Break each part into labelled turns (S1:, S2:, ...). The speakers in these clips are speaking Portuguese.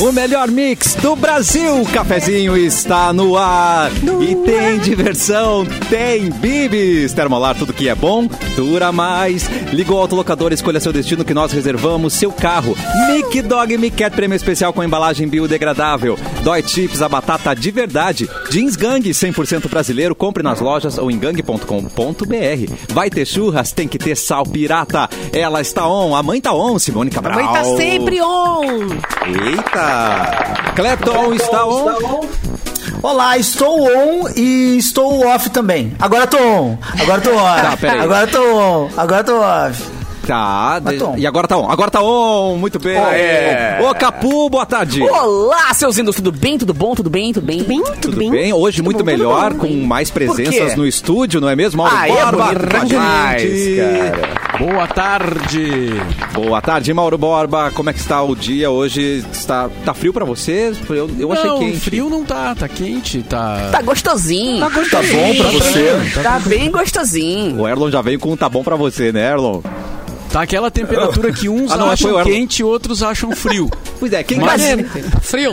S1: O melhor mix do Brasil. O cafezinho está no ar. e tem diversão, tem bibis. Termolar, tudo que é bom, dura mais. Liga o autolocador, escolha seu destino que nós reservamos, seu carro. Mic Dog Mic Cat prêmio especial com embalagem biodegradável. Dói Chips, a batata de verdade. Jeans Gang, 100% brasileiro. Compre nas lojas ou em gang.com.br. Vai ter churras, tem que ter sal pirata. Ela está on, a mãe tá on, Simone Cabral.
S2: Mãe tá sempre on.
S1: Eita! Clapton está on.
S3: Olá, estou on e estou off também. Agora tô on. Agora tô off.
S1: Tá, peraí.
S3: agora tô on. Agora tô off.
S1: Tá,
S3: Mas
S1: de-
S3: tá on.
S1: e agora tá on. Agora tá on, muito bem.
S4: É.
S1: Ô Capu, boa tarde.
S2: Olá, seus lindos, tudo bem? Tudo bom? Tudo bem? Tudo bem?
S5: Bem, tudo,
S1: Tudo bem? Hoje muito
S2: bom, tudo
S1: melhor,
S2: bom,
S1: com
S2: bem.
S1: mais presenças
S3: quê?
S1: no estúdio, não é mesmo? Mauro
S3: Ah, é
S1: Borba,
S3: bonito
S1: com a
S4: demais,
S1: gente.
S4: cara.
S6: Boa tarde.
S1: Boa tarde, Mauro Borba. Como é que está o dia hoje? Está, tá frio pra você? Eu, eu achei
S6: não,
S1: quente.
S6: frio não tá, tá quente, tá...
S2: Tá gostosinho. Tá,
S3: Tá bom pra você?
S2: bem gostosinho.
S1: O Erlon já veio com um tá bom pra você, né, Erlon?
S6: Tá aquela temperatura que uns
S1: Ah, não, foi o
S6: acham
S1: Erlon.
S6: quente e outros acham frio. Um,
S1: Pois é, quem
S6: Mas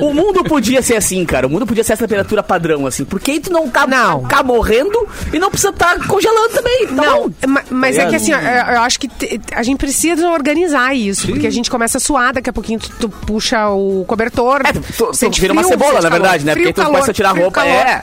S2: O mundo podia ser assim, cara. O mundo podia ser essa temperatura padrão, assim. Porque aí tu não tá, tá morrendo e não precisa estar congelando também. Tá
S5: Não,
S2: bom?
S5: ma- mas é que assim, ó, eu eu acho que te- a gente precisa organizar isso, porque a gente começa a suar, daqui a pouquinho tu, tu puxa o cobertor.
S2: É, tu, tu,
S5: sente
S2: vira uma
S5: frio,
S2: cebola,
S5: sente
S2: na verdade,
S5: calor.
S2: né? Porque
S5: Frio,
S2: tu
S5: calor,
S2: começa a tirar a
S5: frio,
S2: roupa.
S5: calor.
S2: É.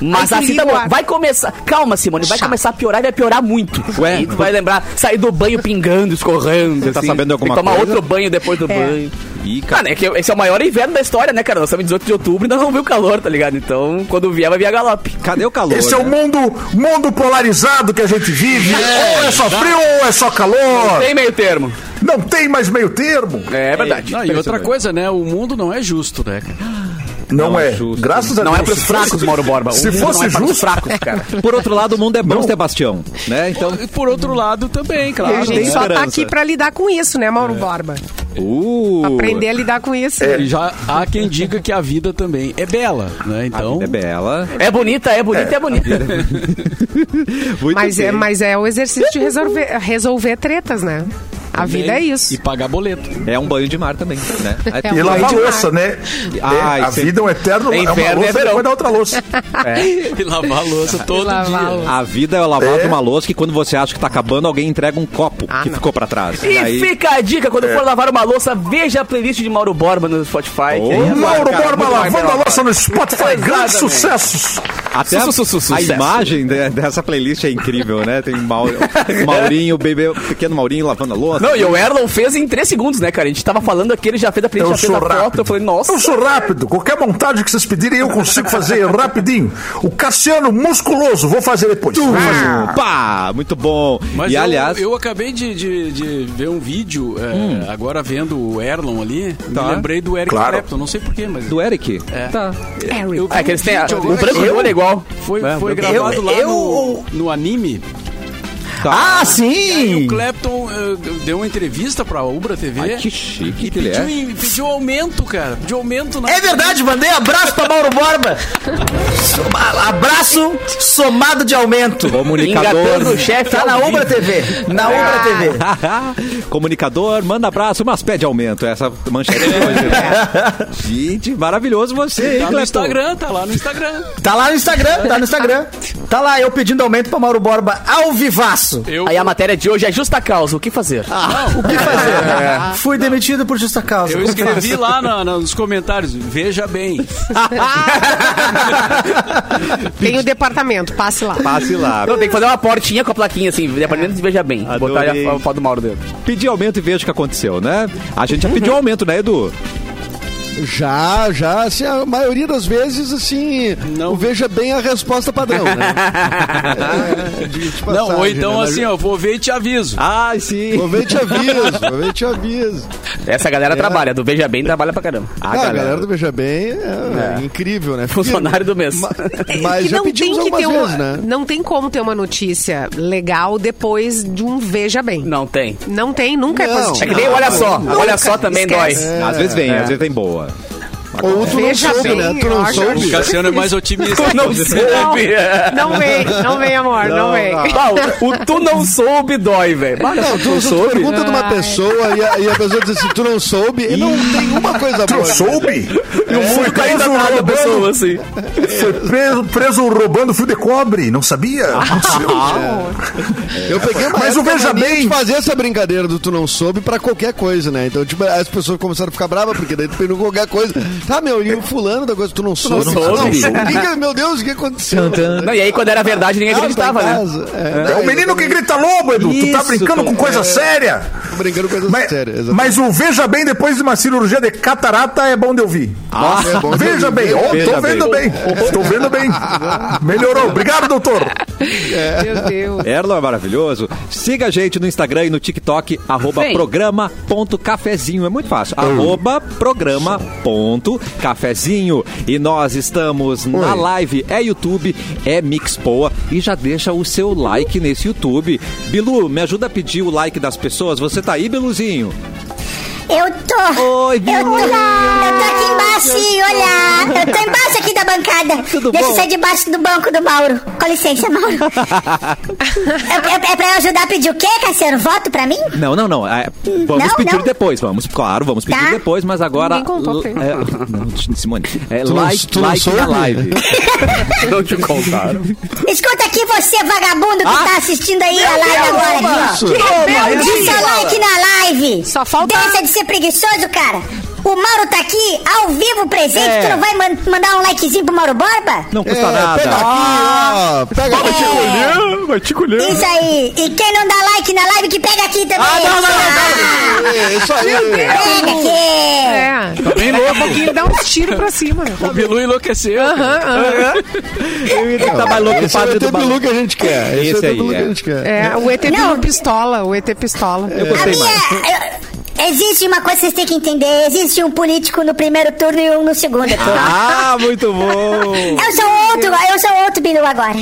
S2: Mas
S5: Aí tu
S2: assim
S5: liga
S2: tá
S5: o ar.
S2: bom. Vai começar. Calma, Simone. Vai
S5: Chato.
S2: começar a piorar e vai piorar muito.
S1: Ué,
S2: e tu vai lembrar, sair do banho pingando, escorrendo.
S1: Você tá sabendo de alguma
S2: Tem que tomar
S1: coisa?
S2: outro banho depois do banho.
S1: Ih, cara.
S2: Cara, é que esse é o maior inverno da história, né, cara? Nós estamos em 18 de outubro e ainda não viu o calor, tá ligado? Então, quando vier, vai vir a galope.
S1: Cadê o calor?
S7: Esse é o
S1: né?
S7: mundo, mundo polarizado que a gente vive. ou é só frio ou é só calor.
S2: Tem meio termo.
S7: Não tem mais meio termo.
S2: É verdade.
S6: Não, e outra coisa, né? O mundo não é justo, né? cara?
S7: Não, é. Graças a
S2: Não é
S7: Deus.
S2: pros
S7: Se
S2: fracos,
S7: fosse-
S2: Mauro Borba. O
S7: Se
S2: mundo não
S7: fosse
S2: é para os
S7: justo,
S2: fracos, cara.
S1: Por outro lado, o mundo é bom, Sebastião. Né? Então,
S6: E Por outro lado também,
S5: E a
S6: claro.
S5: gente
S1: tem
S6: né?
S5: só tá
S1: esperança.
S5: aqui pra lidar com isso, né, Mauro Borba?
S1: uh,
S5: Aprender a lidar com isso.
S6: E já há quem diga que a vida também é bela, né? Então,
S1: é bela.
S2: É bonita, é bonita, é, bonita.
S1: Muito
S5: Mas é,
S1: bem.
S5: mas é o exercício de resolver, resolver tretas, né? A vida é isso.
S6: E pagar boleto.
S1: É um banho de mar também, né?
S5: É
S7: E
S5: um
S7: lavar
S5: banho de
S7: louça, né?
S1: Ai,
S7: É, a
S1: cê-
S7: vida é um eterno. É uma
S2: inverno, é
S7: louça
S2: verão.
S7: depois da outra louça.
S6: E lavar a louça todo
S5: lavar
S6: dia.
S5: a louça.
S1: A vida é lavar
S7: É.
S1: uma louça que quando você acha que tá acabando, alguém entrega um copo que ficou pra trás.
S2: E fica a dica, quando for lavar uma louça, veja a playlist de Mauro Borba no Spotify. que aí é
S7: O Mauro
S2: cara,
S7: Borba
S2: muito mais
S7: lavando a
S2: legal.
S7: louça no Spotify. Grandes
S2: Exatamente.
S7: sucessos.
S1: até
S2: su- su- su-
S1: a
S2: sucesso.
S1: imagem de- dessa playlist é incrível, né? Tem Mauro, Maurinho, bebê, pequeno Maurinho lavando a louça.
S2: Não, e o Erlon fez em 3 segundos, né, cara? A gente tava falando aqui, ele já fez a playlist,
S7: Eu
S2: já fez a
S7: sou rápido.
S2: foto. Eu falei, nossa.
S7: Eu sou rápido. Qualquer montagem que vocês pedirem, eu consigo fazer rapidinho. O Cassiano musculoso, vou fazer depois. Vou fazer.
S1: Pá, muito bom.
S6: Mas
S1: e
S6: eu,
S1: aliás, Hum.
S6: eu acabei de, de- de ver um vídeo, é, agora vendo o Erlon ali,
S1: Tá.
S6: me lembrei do Eric
S7: Claro.
S6: Clapton, não sei porquê, mas...
S1: do Eric.
S6: É.
S1: Tá.
S6: Eu vi
S2: É que eles têm. a-
S6: vídeo
S2: O
S6: agora
S2: branco
S6: Ah, que
S2: e o olho é igual.
S6: Foi,
S2: É,
S6: foi
S2: eu-
S6: gravado lá
S3: eu-
S6: no, no anime.
S1: Tá.
S3: Ah,
S6: E
S3: sim!
S6: o Clapton eh, deu uma entrevista pra Ubra TV.
S1: Ai, que chique
S6: e
S1: que ele
S6: pediu,
S1: é.
S6: em- pediu aumento, cara. Pediu aumento na.
S3: É verdade, mandei abraço pra Mauro Borba. Soma- Abraço somado de aumento.
S2: Engatando
S1: Comunicador.
S2: o tá chefe.
S3: Tá na
S2: ao
S3: Ubra
S2: vivo. Ah.
S3: TV. Na Ubra TV.
S1: Comunicador, manda abraço, mas pede aumento. Essa manchete de hoje. né? Gente, maravilhoso você, hein,
S6: Tá no
S1: Clepton?
S6: Instagram, tá lá no Instagram.
S3: Tá lá no Instagram, tá no Instagram. Tá lá eu pedindo aumento pra Mauro Borba ao vivaço.
S6: Eu,
S2: Aí a matéria de hoje é justa causa. O que fazer?
S3: O que fazer?
S2: É.
S3: Fui demitido por justa causa.
S6: eu escrevi lá na- na- nos comentários, veja bem.
S5: Tem o departamento, passe lá.
S1: Passe lá.
S2: Não, tem que fazer uma portinha com a plaquinha, assim, dependendo de veja bem. Botar
S1: Adorei.
S2: a, a foto do Mauro dentro.
S1: Pedir aumento e veja o que aconteceu, né? A gente já pediu aumento, né, Edu?
S8: Já, já, assim, a maioria das vezes, assim,
S6: Não.
S8: não veja bem a resposta padrão, né? É, diga-se de
S6: Não, ou
S8: passagem,
S6: então
S8: né? Mas
S6: assim, ó, vou ver e te aviso.
S1: Ai, sim.
S8: Vou ver e te aviso, vou ver e te aviso.
S2: Essa galera trabalha, do veja bem trabalha pra caramba.
S8: É. Ah, a galera, do Veja Bem é, é incrível, né? Porque-
S2: Funcionário do mês.
S8: Ma-
S5: É
S8: mas
S5: que um
S8: já pedimos algumas
S5: uma,
S8: vezes, né?
S5: não tem como ter uma notícia legal depois de um veja bem. Não,
S2: Não tem.
S5: tem, nunca é
S8: Não.
S2: É
S5: positivo.
S2: que nem o olha só.
S5: Nunca.
S2: Olha só também
S8: é.
S5: Esquece.
S2: dói.
S1: Às vezes vem, às vezes tem boa.
S8: Ou tu não
S5: Veja
S8: soube,
S5: bem,
S8: né? Tu não
S5: olha,
S8: soube.
S6: O Cassiano é mais otimista.
S2: não soube.
S5: Não, não vem, não vem, amor, não, vem.
S2: Bah, o, o tu não soube dói, velho. Bah,
S8: Não, tu, tu pergunta de uma pessoa e a, e a pessoa diz assim, tu não soube, e não tem uma coisa
S7: Tu
S8: boa.
S7: soube? É.
S2: o mundo tá indo atrás da pessoa, assim.
S7: Foi preso, preso roubando fio de cobre, não sabia? Não sei.
S8: Eu peguei uma
S7: Mas o
S8: época
S7: Veja
S8: mania de
S7: Bem-
S8: fazer essa brincadeira do tu não soube pra qualquer coisa, né? Então, tipo, as pessoas começaram a ficar bravas, porque daí tu perguntou qualquer coisa. Tá, meu, e o fulano da coisa, tu não soube? Tu
S2: soube.
S8: Liga, meu Deus, o que aconteceu?
S2: Não, e aí, quando era verdade, ninguém
S8: Ah,
S2: acreditava,
S8: tô em
S2: né?
S8: casa. É,
S7: é
S8: né?
S7: o menino que grita lobo, Edu. tu tá
S1: Isso,
S7: brincando com coisa séria.
S8: Tô brincando com coisas
S7: Mas,
S8: sérias.
S7: mas o Veja Bem, depois de uma cirurgia de catarata, é bom de ouvir.
S8: Nossa,
S1: Ah,
S8: é bom de
S7: Veja
S8: ouvir.
S7: bem, ó,
S1: Veja
S7: tô vendo bem. Tô vendo bem. Melhorou. Obrigado, doutor.
S5: Meu Deus.
S1: Erlon é maravilhoso. Siga a gente no Instagram e no TikTok, arroba
S2: Vem.
S1: programa.cafezinho. É muito fácil. Arroba programa.cafezinho. E nós estamos na live, é YouTube, é Mixpoa. E já deixa o seu like nesse YouTube. Bilu, me ajuda a pedir o like das pessoas. Você tá aí, Biluzinho?
S4: Eu tô.
S1: Oi,
S4: Eu tô,
S1: Bilu.
S4: eu tô aqui embaixo, olha. Eu tô embaixo aqui da bancada.
S1: Tudo
S4: Deixa
S1: bom?
S4: eu sair debaixo do banco do Mauro. Com licença, Mauro. é, é- é pra eu ajudar a pedir o quê, Cassiano? Voto pra mim?
S1: Não, não, não. É, vamos
S4: Não,
S1: pedir
S4: não.
S1: depois, vamos. Claro, vamos pedir
S4: Tá.
S1: depois, mas agora.
S5: Ninguém contou pra ele.
S1: é, não, Simone. É
S8: Tu não-
S1: like,
S8: tu não
S1: like na
S8: soube?
S1: live.
S2: Não te contaram.
S4: Escuta aqui, você vagabundo que tá assistindo aí a live agora.
S8: Isso. é
S4: viu? Deixa like na live.
S5: Só falta-
S4: Deixa de ser preguiçoso, cara. O Mauro tá aqui, ao vivo, presente.
S1: É.
S4: Tu não vai man- mandar um likezinho pro Mauro Borba?
S1: Não custa
S8: É,
S1: nada.
S8: Pega aqui, ó. Ah, Pega aqui.
S2: Vai te colher.
S4: Isso aí. E quem não dá like na live, que pega aqui também.
S2: Ah, não, não, não,
S4: Ah,
S8: É, Isso aí.
S4: Pega aqui.
S5: É.
S6: Tá bem
S5: Daqui a
S6: louco.
S5: pouquinho dá uns tiros pra cima.
S6: O Bilu enlouqueceu.
S1: Eu ia tentar mais louco que o
S8: Esse é o
S1: padre
S8: ET
S1: do
S8: Bilu
S1: bagulho.
S8: que a gente quer. Esse,
S1: Esse
S8: é o
S1: aí,
S8: ET Bilu que
S1: é.
S8: a gente quer.
S5: É, o ET
S4: Não. Tá
S5: Bilu pistola, o ET pistola. Ah,
S4: A
S1: Gostei mais.
S4: minha. eu- Existe uma coisa que vocês têm que entender: existe um político no primeiro turno e um no segundo turno.
S1: Ah, muito bom.
S4: Eu sou outro, eu sou outro Bilu agora.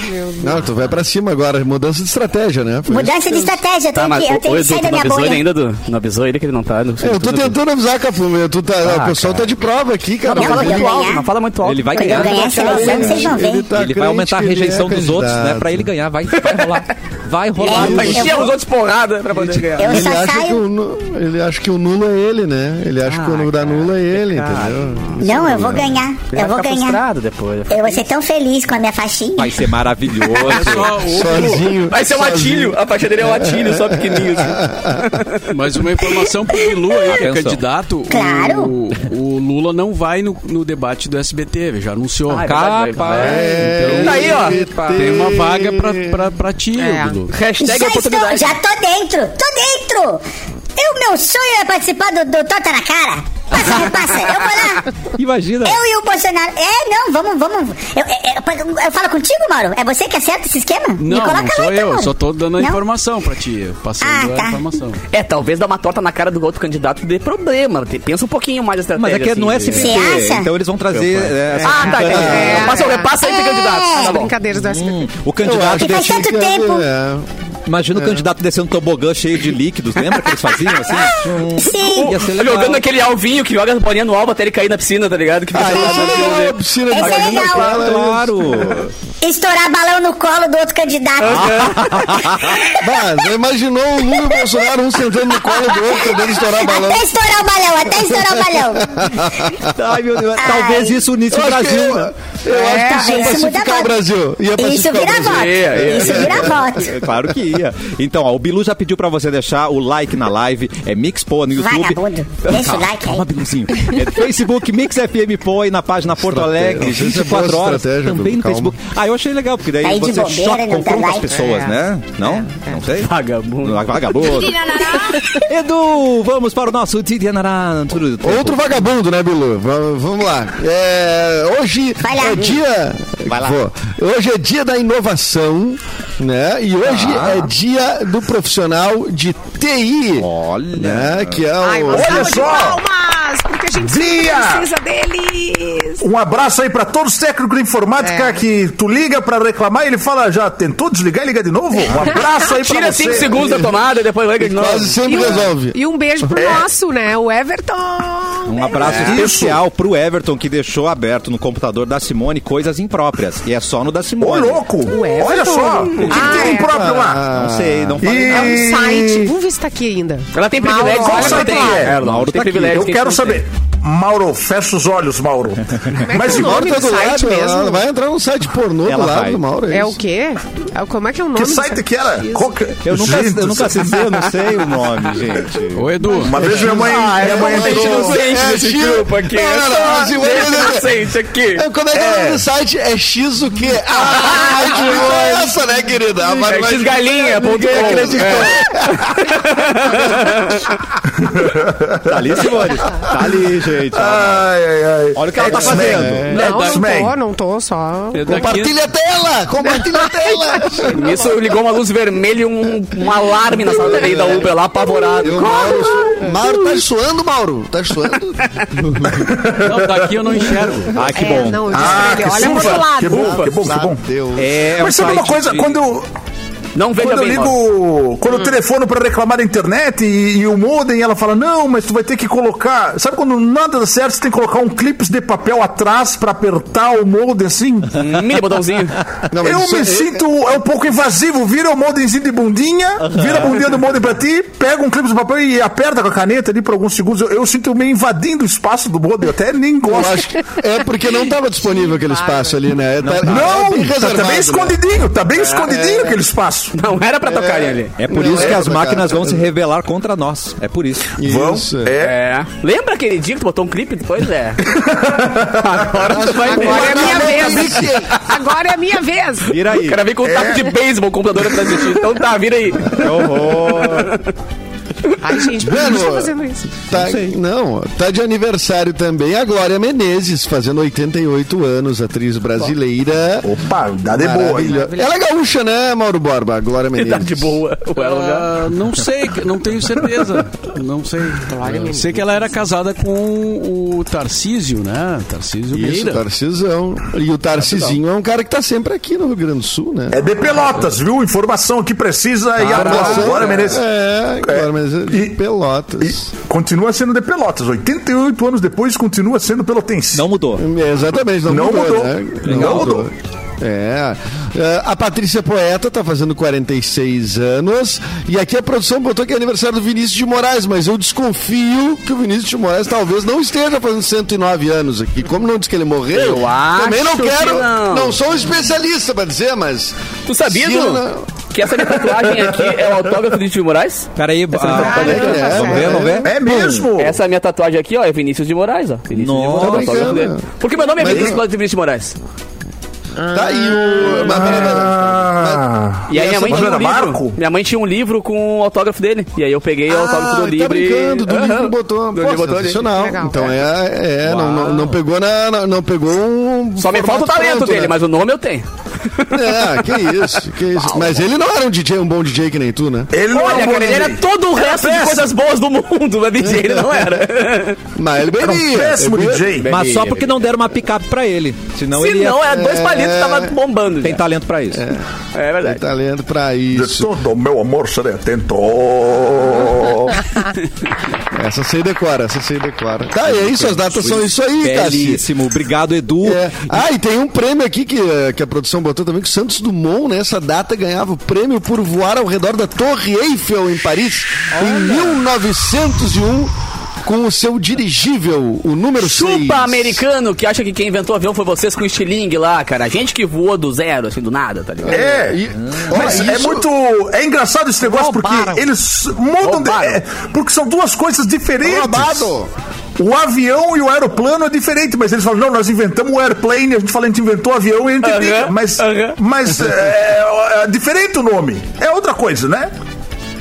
S8: Não, tu vai pra cima agora. Mudança de estratégia, né? Foi
S4: Mudança de estratégia, eu
S2: Tá,
S4: tenho
S2: mas
S4: que, eu tenho
S2: o
S4: que
S2: Edu,
S4: sair
S2: tu
S4: da
S2: não
S4: minha
S2: avisou
S4: bolha.
S2: ele ainda, Edu? Não avisou ele que ele não tá? Não sei
S8: É, Eu
S2: se
S8: tô
S2: tu-
S8: tentando avisar, Cafu. Tu tá,
S2: Ah,
S8: o pessoal
S2: cara.
S8: tá de prova aqui, cara.
S2: Não fala
S4: Eu vou
S2: muito alto,
S4: ganhar.
S2: não fala muito alto. tá
S1: Ele vai
S4: Quando eu
S1: ganhar. né?
S4: ganhar essa eleição, vocês vão ver.
S8: tá
S1: Ele vai
S8: crente
S1: aumentar a
S8: que ele
S1: rejeição
S8: é
S1: dos outros, né?
S8: candidato.
S1: Pra ele ganhar, vai, vai rolar. Vai rolar.
S4: É,
S2: Vai
S1: Vai-
S4: eu-
S2: encher os outros porrada pra poder ganhar.
S4: Eu
S8: Ele
S4: só
S8: acha, que um-
S4: saio.
S8: o, nu- ele acha que o nulo é ele, né? Ele acha que o nulo da nula é ele, entendeu?
S4: Não, eu vou ganhar. Eu vou ganhar.
S2: tá frustrado depois.
S4: Eu vou ser tão feliz com a minha faixinha.
S1: Vai ser maravilhoso.
S6: Só o-
S8: Sozinho.
S2: Vai ser um
S8: sozinho.
S2: atilho. A faixa dele é um atilho, só pequenininho. assim.
S6: Mas uma informação pro Bilu aí, que é
S1: Atenção.
S6: candidato.
S4: Claro.
S6: O, o Lula não vai no, no debate do SBT, já anunciou.
S2: Ah, é verdade,
S1: Capaz.
S8: É,
S2: Tá aí, ó.
S8: PT.
S6: Tem uma vaga pra, pra, pra ti,
S5: É.
S6: Bilu.
S2: Hashtag
S4: já, estou,
S2: oportunidade.
S4: já tô dentro, tô dentro! Eu, meu sonho é participar do, do Tota na Cara. Passa, não passa, eu vou lá.
S1: Imagina.
S4: Eu e o Bolsonaro. É, não, vamos, vamos. Eu, eu- eu- eu falo contigo, Mauro? É você que acerta esse esquema? Me
S6: Não,
S4: coloca
S6: não sou
S4: lá, então,
S6: eu,
S4: Mauro.
S6: só tô dando a
S4: Não?
S6: informação pra ti, passando
S4: Ah,
S6: a
S4: tá.
S6: informação.
S2: É, talvez dar uma torta na cara do outro candidato dê problema. Tem- Pensa um pouquinho mais a
S1: Mas
S2: estratégia.
S1: é que
S2: assim,
S1: não é
S2: de-
S1: SBT.
S4: Você acha?
S1: Então eles vão trazer. é, essa-
S2: Ah, tá. entendi.
S5: É.
S2: Passa o repassa aí, tem candidato. Tá bom.
S5: Brincadeiras do SBT.
S1: Hum, o
S8: Eu acho
S1: candidato
S8: que
S4: faz
S1: desce,
S8: tinha
S4: tanto
S8: que-
S4: tempo.
S8: É.
S1: imagina o candidato descendo um tobogã cheio de líquidos. Lembra que eles faziam assim?
S4: Sim.
S1: Ia ser
S2: Tá
S1: legal.
S2: jogando aquele alvinho que joga a bolinha no alvo até ele cair na piscina, tá ligado? Que fica
S8: Aí, a piscina de
S4: Esse é
S8: Magalhães,
S4: legal.
S8: fala isso.
S1: Claro.
S4: Estourar balão no colo do outro candidato.
S6: Ah,
S8: Bah, já imaginou o Lula e o Bolsonaro um sentando no colo do outro, tentando estourar balão.
S4: Até estourar o balão, até estourar o balão.
S1: Ai, meu Deus. Talvez isso unisse
S8: Eu
S1: o
S8: acho que-
S1: Brasil.
S8: Eu, acho que isso ia
S4: É, isso muda
S8: pacificar
S4: voto.
S8: o Brasil. Ia
S4: Isso
S8: pacificar
S6: então,
S8: o
S4: vira
S8: Brasil.
S4: voto.
S2: É, é,
S4: Isso vira voto.
S1: É Claro que ia. Então, ó, o Bilu já pediu pra você deixar o like na live. É Mix Poa no YouTube.
S4: Vagabundo. Deixa o like aí.
S1: Calma, Biluzinho. É Facebook, Mix FM Poa e na página Porto
S8: Estratégia.
S1: Alegre,
S8: Não sei se é
S1: 24
S8: boa
S1: horas.
S8: estratégia,
S1: Também no
S8: Bilu, calma.
S1: Facebook. Ah, eu achei legal, porque daí
S4: Tá aí de
S1: você
S4: bobeira,
S1: choca,
S4: não dá
S1: confronta as
S4: like.
S1: pessoas,
S5: É.
S1: né? Não? Não sei?
S2: Vagabundo.
S1: Vagabundo. Edu, vamos para o nosso Tidianará.
S8: Outro vagabundo, né, Bilu? Va- Vamos lá. É, hoje
S4: Vai lá.
S8: é dia.
S1: Vai lá.
S8: Vou. Hoje é dia da inovação, né? E hoje
S1: Ah.
S8: é dia do profissional de TI.
S1: Olha.
S8: Né? Que é o.
S5: Ai, uma
S7: Olha
S5: salva de
S7: só.
S5: palmas, porque a gente
S7: Dia.
S5: precisa deles.
S7: Um abraço aí pra todos os técnicos de informática
S5: É.
S7: que tu liga pra reclamar e ele fala, já tentou desligar e liga de novo? Um abraço aí pra
S2: Tira 5
S7: você.
S2: segundos da tomada e depois vai de novo.
S8: quase sempre
S5: E um-
S8: resolve.
S5: E um beijo pro nosso, né? O Everton.
S1: Um abraço especial pro Everton que deixou aberto no computador da Simone coisas impróprias. E é só no da
S7: Ô,
S1: Simone.
S7: louco! Olha só! O que,
S5: Ah,
S7: que tem
S5: é.
S7: impróprio lá?
S1: Não sei, não falei
S7: E-
S5: É
S1: nada.
S5: um site. Vamos ver se tá aqui ainda.
S2: Ela tem
S5: Mauro,
S2: privilégio.
S7: qual
S2: ela
S7: site
S2: tem.
S7: é?
S2: Ela
S1: Mauro
S2: tem
S1: tá aqui.
S2: privilégio
S7: Eu
S2: que a
S7: quero
S2: gente não tem.
S7: saber. Mauro, fecha os olhos, Mauro.
S1: é
S5: Mas
S7: Mas
S5: o
S7: igual
S5: nome do site
S8: Tá Ela
S5: mesmo?
S8: vai entrar no site pornô
S1: Ela
S8: do lado
S1: vai.
S8: do Mauro.
S5: É o
S8: isso.
S5: quê? É o- Como é que é o nome?
S7: que
S5: do
S7: site que era? Qual que-
S1: Eu nunca,
S7: Gente,
S1: eu nunca assisti, eu não sei o nome, gente.
S6: Ô, Edu.
S7: Uma vez minha mãe,
S1: Ah,
S8: é
S7: minha mãe
S8: mandou-
S7: entrou...
S8: É, Gil. Não, não, não, Gil, olha, olha.
S2: Sente aqui.
S8: É, Como é que é o nome do site? É X o quê? Ah, que coisa essa, né, querida? A barbaridade.
S2: Xgalinha, É ponto
S8: Ninguém
S2: com.
S8: acreditou.
S1: Tá ali, Simone? Tá ali, gente.
S7: Ai, ai, ai. É,
S1: Olha o que ela tá fazendo.
S5: Não, não
S7: X-Men.
S5: tô, não tô, só...
S6: é daqui-
S8: Compartilha a tela! Compartilha a tela!
S2: Nisso ligou uma luz vermelha e um, um alarme na sala da lei da Uber lá, apavorado.
S8: Eu, Mauro, Mauro, tá suando, Mauro? Tá suando?
S6: Não, daqui eu não enxergo.
S1: Ah, que
S5: É,
S1: bom.
S5: não, eu disse pra
S7: Ah,
S5: ele,
S7: que
S5: olha pro outro
S7: suva.
S5: lado.
S7: Que bom, que bom, que bom.
S8: Deus.
S1: É,
S7: Mas sabe
S1: um
S7: uma
S1: site
S7: coisa?
S1: de-
S7: Quando eu...
S2: Não veja
S7: Quando eu
S2: bem, Mauro.
S7: ligo,
S1: Hum.
S7: quando eu telefono pra reclamar da internet e, e o modem, ela fala, não, mas tu vai ter que colocar... Sabe quando nada dá certo, você tem que colocar um clips de papel atrás pra apertar o modem, assim?
S8: Hum, um
S2: Mini botãozinho.
S8: Não, mas
S7: Eu
S8: isso-
S7: me sinto é um pouco invasivo. Vira o modemzinho de bundinha, vira a bundinha do modem pra ti, pega um clipe de papel e aperta com a caneta ali por alguns segundos. Eu, eu sinto meio invadindo o espaço do modem. Eu até nem
S8: Eu
S7: gosto.
S8: acho que é porque não tava disponível aquele espaço ali, né?
S7: Não,
S8: Tá- é bem
S7: tá, tá
S8: reservado,
S7: bem
S8: né?
S7: escondidinho, tá bem escondidinho aquele espaço.
S2: Não era pra tocar ali.
S1: É por
S8: Não,
S1: isso
S8: é,
S1: que as
S8: cara.
S1: máquinas vão se rebelar contra nós. É por isso.
S8: Isso.
S7: Vão, é.
S2: É. Lembra aquele dia que tu botou um clipe? Pois é. Agora tu vai
S5: Agora é a minha
S8: Não,
S5: vez. Agora é a minha vez.
S1: Vira aí.
S2: O cara vem com um taco de beisebol, o computador atrás de ti. Então tá, vira aí.
S1: Que horror.
S5: Ai, gente, por que
S8: Bueno.
S5: eu tô fazendo isso?
S8: Tá, não, tá de aniversário também a Glória Menezes, fazendo 88 anos, atriz brasileira.
S7: Opa, dá de boa. hein?
S8: Maravilha. Ela é gaúcha, né, Mauro Borba? A Glória Menezes.
S2: Tá de boa. O Elon já-
S6: Ah, não sei, não tenho certeza. Não sei. Sei que ela era casada com o Tarcísio, né? Tarcísio
S8: Isso,
S6: Meira.
S8: Tarcisão. E o Tarcisinho é um cara que tá sempre aqui no Rio Grande do Sul, né?
S7: É de pelotas, viu? Informação que precisa e atual. Agora merece.
S8: Ah, É, Glória Menezes de
S7: E-
S8: Pelotas.
S7: E continua sendo de pelotas. 88 anos depois, continua sendo pelotense.
S1: Não mudou.
S8: É, Exatamente, não,
S7: Não
S8: mudou,
S7: mudou.
S8: né?
S7: Não mudou.
S8: É. É, A Patrícia Poeta tá fazendo 46 anos. E aqui a produção botou que é aniversário do Vinícius de Moraes, mas eu desconfio que o Vinícius de Moraes talvez não esteja fazendo 109 anos aqui. Como não diz que ele morreu,
S2: Eu
S8: também não
S2: acho
S8: quero.
S2: que
S8: não.
S2: não.
S8: sou um especialista pra dizer, mas.
S2: Tu sabia,
S8: Se
S2: Du?
S8: eu não-
S2: Que essa minha tatuagem aqui é o autógrafo de Tio Moraes?
S1: Pera aí. ah,
S8: é,
S1: vamos ver,
S8: é.
S1: vamos ver.
S7: É mesmo?
S2: Essa minha tatuagem aqui, ó, é Vinícius de Moraes, ó. Vinícius
S1: Nossa.
S2: de Moraes, autógrafo
S8: Bacana.
S2: dele. Porque meu nome é
S8: Mas
S2: Vinícius
S8: eu-
S2: Cláudio de Vinícius de Moraes.
S8: Tá aí
S2: Ah.
S8: o. mas- mas- mas- mas-
S7: Ah.
S2: E aí minha mãe,
S7: Mas
S2: tinha
S7: era
S2: um livro,
S7: Marco?
S2: minha mãe tinha um livro com o autógrafo dele. E aí eu peguei o autógrafo é um do
S8: tá
S2: livro. e-
S8: brincando, do
S2: Aham.
S8: livro botou.
S2: Do
S8: Pô,
S2: livro botou ali.
S8: sensacional.
S5: Legal.
S8: então é, é, não, não, não pegou na, não, não pegou um
S2: Só me falta o
S8: formato
S2: talento
S8: pronto,
S2: dele,
S8: né?
S2: mas o nome eu tenho.
S8: É, que isso, que isso. Mas ele não era um DJ, um bom DJ que nem tu, né?
S7: Ele não é
S2: Olha,
S7: um bom
S2: cara, ele
S7: DJ.
S2: era todo o resto de
S7: péssimo.
S2: coisas boas do mundo, mas DJ ele não era.
S8: Mas ele
S7: Era um
S8: bebia.
S7: péssimo
S8: bebia.
S7: DJ.
S1: Mas só porque não deram uma picape pra ele. Senão
S2: Se
S1: ele ia...
S2: não, era
S8: É.
S2: dois palitos que tava
S1: tem
S2: bombando.
S8: Então,
S2: já.
S1: talento pra isso.
S2: É
S8: Tem
S2: verdade.
S8: talento Tá pra
S7: De
S8: isso.
S7: todo o meu amor, serei atento.
S8: Essa você decora, essa você decora. Tá, e é isso, as datas são isso aí, Cassi.
S1: Belíssimo. Obrigado, Edu.
S8: É. Ah, e tem um prêmio aqui que, eh, que a produção botou também, que o Santos Dumont, nessa data, ganhava o prêmio por voar ao redor da Torre Eiffel em Paris em 1901 com o seu dirigível, o número 6.
S2: Chupa americano que acha que quem inventou o avião foi vocês com o estilingue lá, cara. A gente que voou do zero, assim, do nada, tá ligado?
S7: É. Mas é muito. É engraçado esse negócio porque eles mudam. de-
S2: Roubaram.
S7: é, porque são duas coisas diferentes.
S8: Roubado.
S7: O avião e o aeroplano é diferente, mas eles falam, não, nós inventamos o airplane, a gente fala, a gente inventou o avião e a gente
S2: Aham,
S7: liga. Mas,
S2: aham.
S7: mas é, é diferente o nome. É outra coisa, né?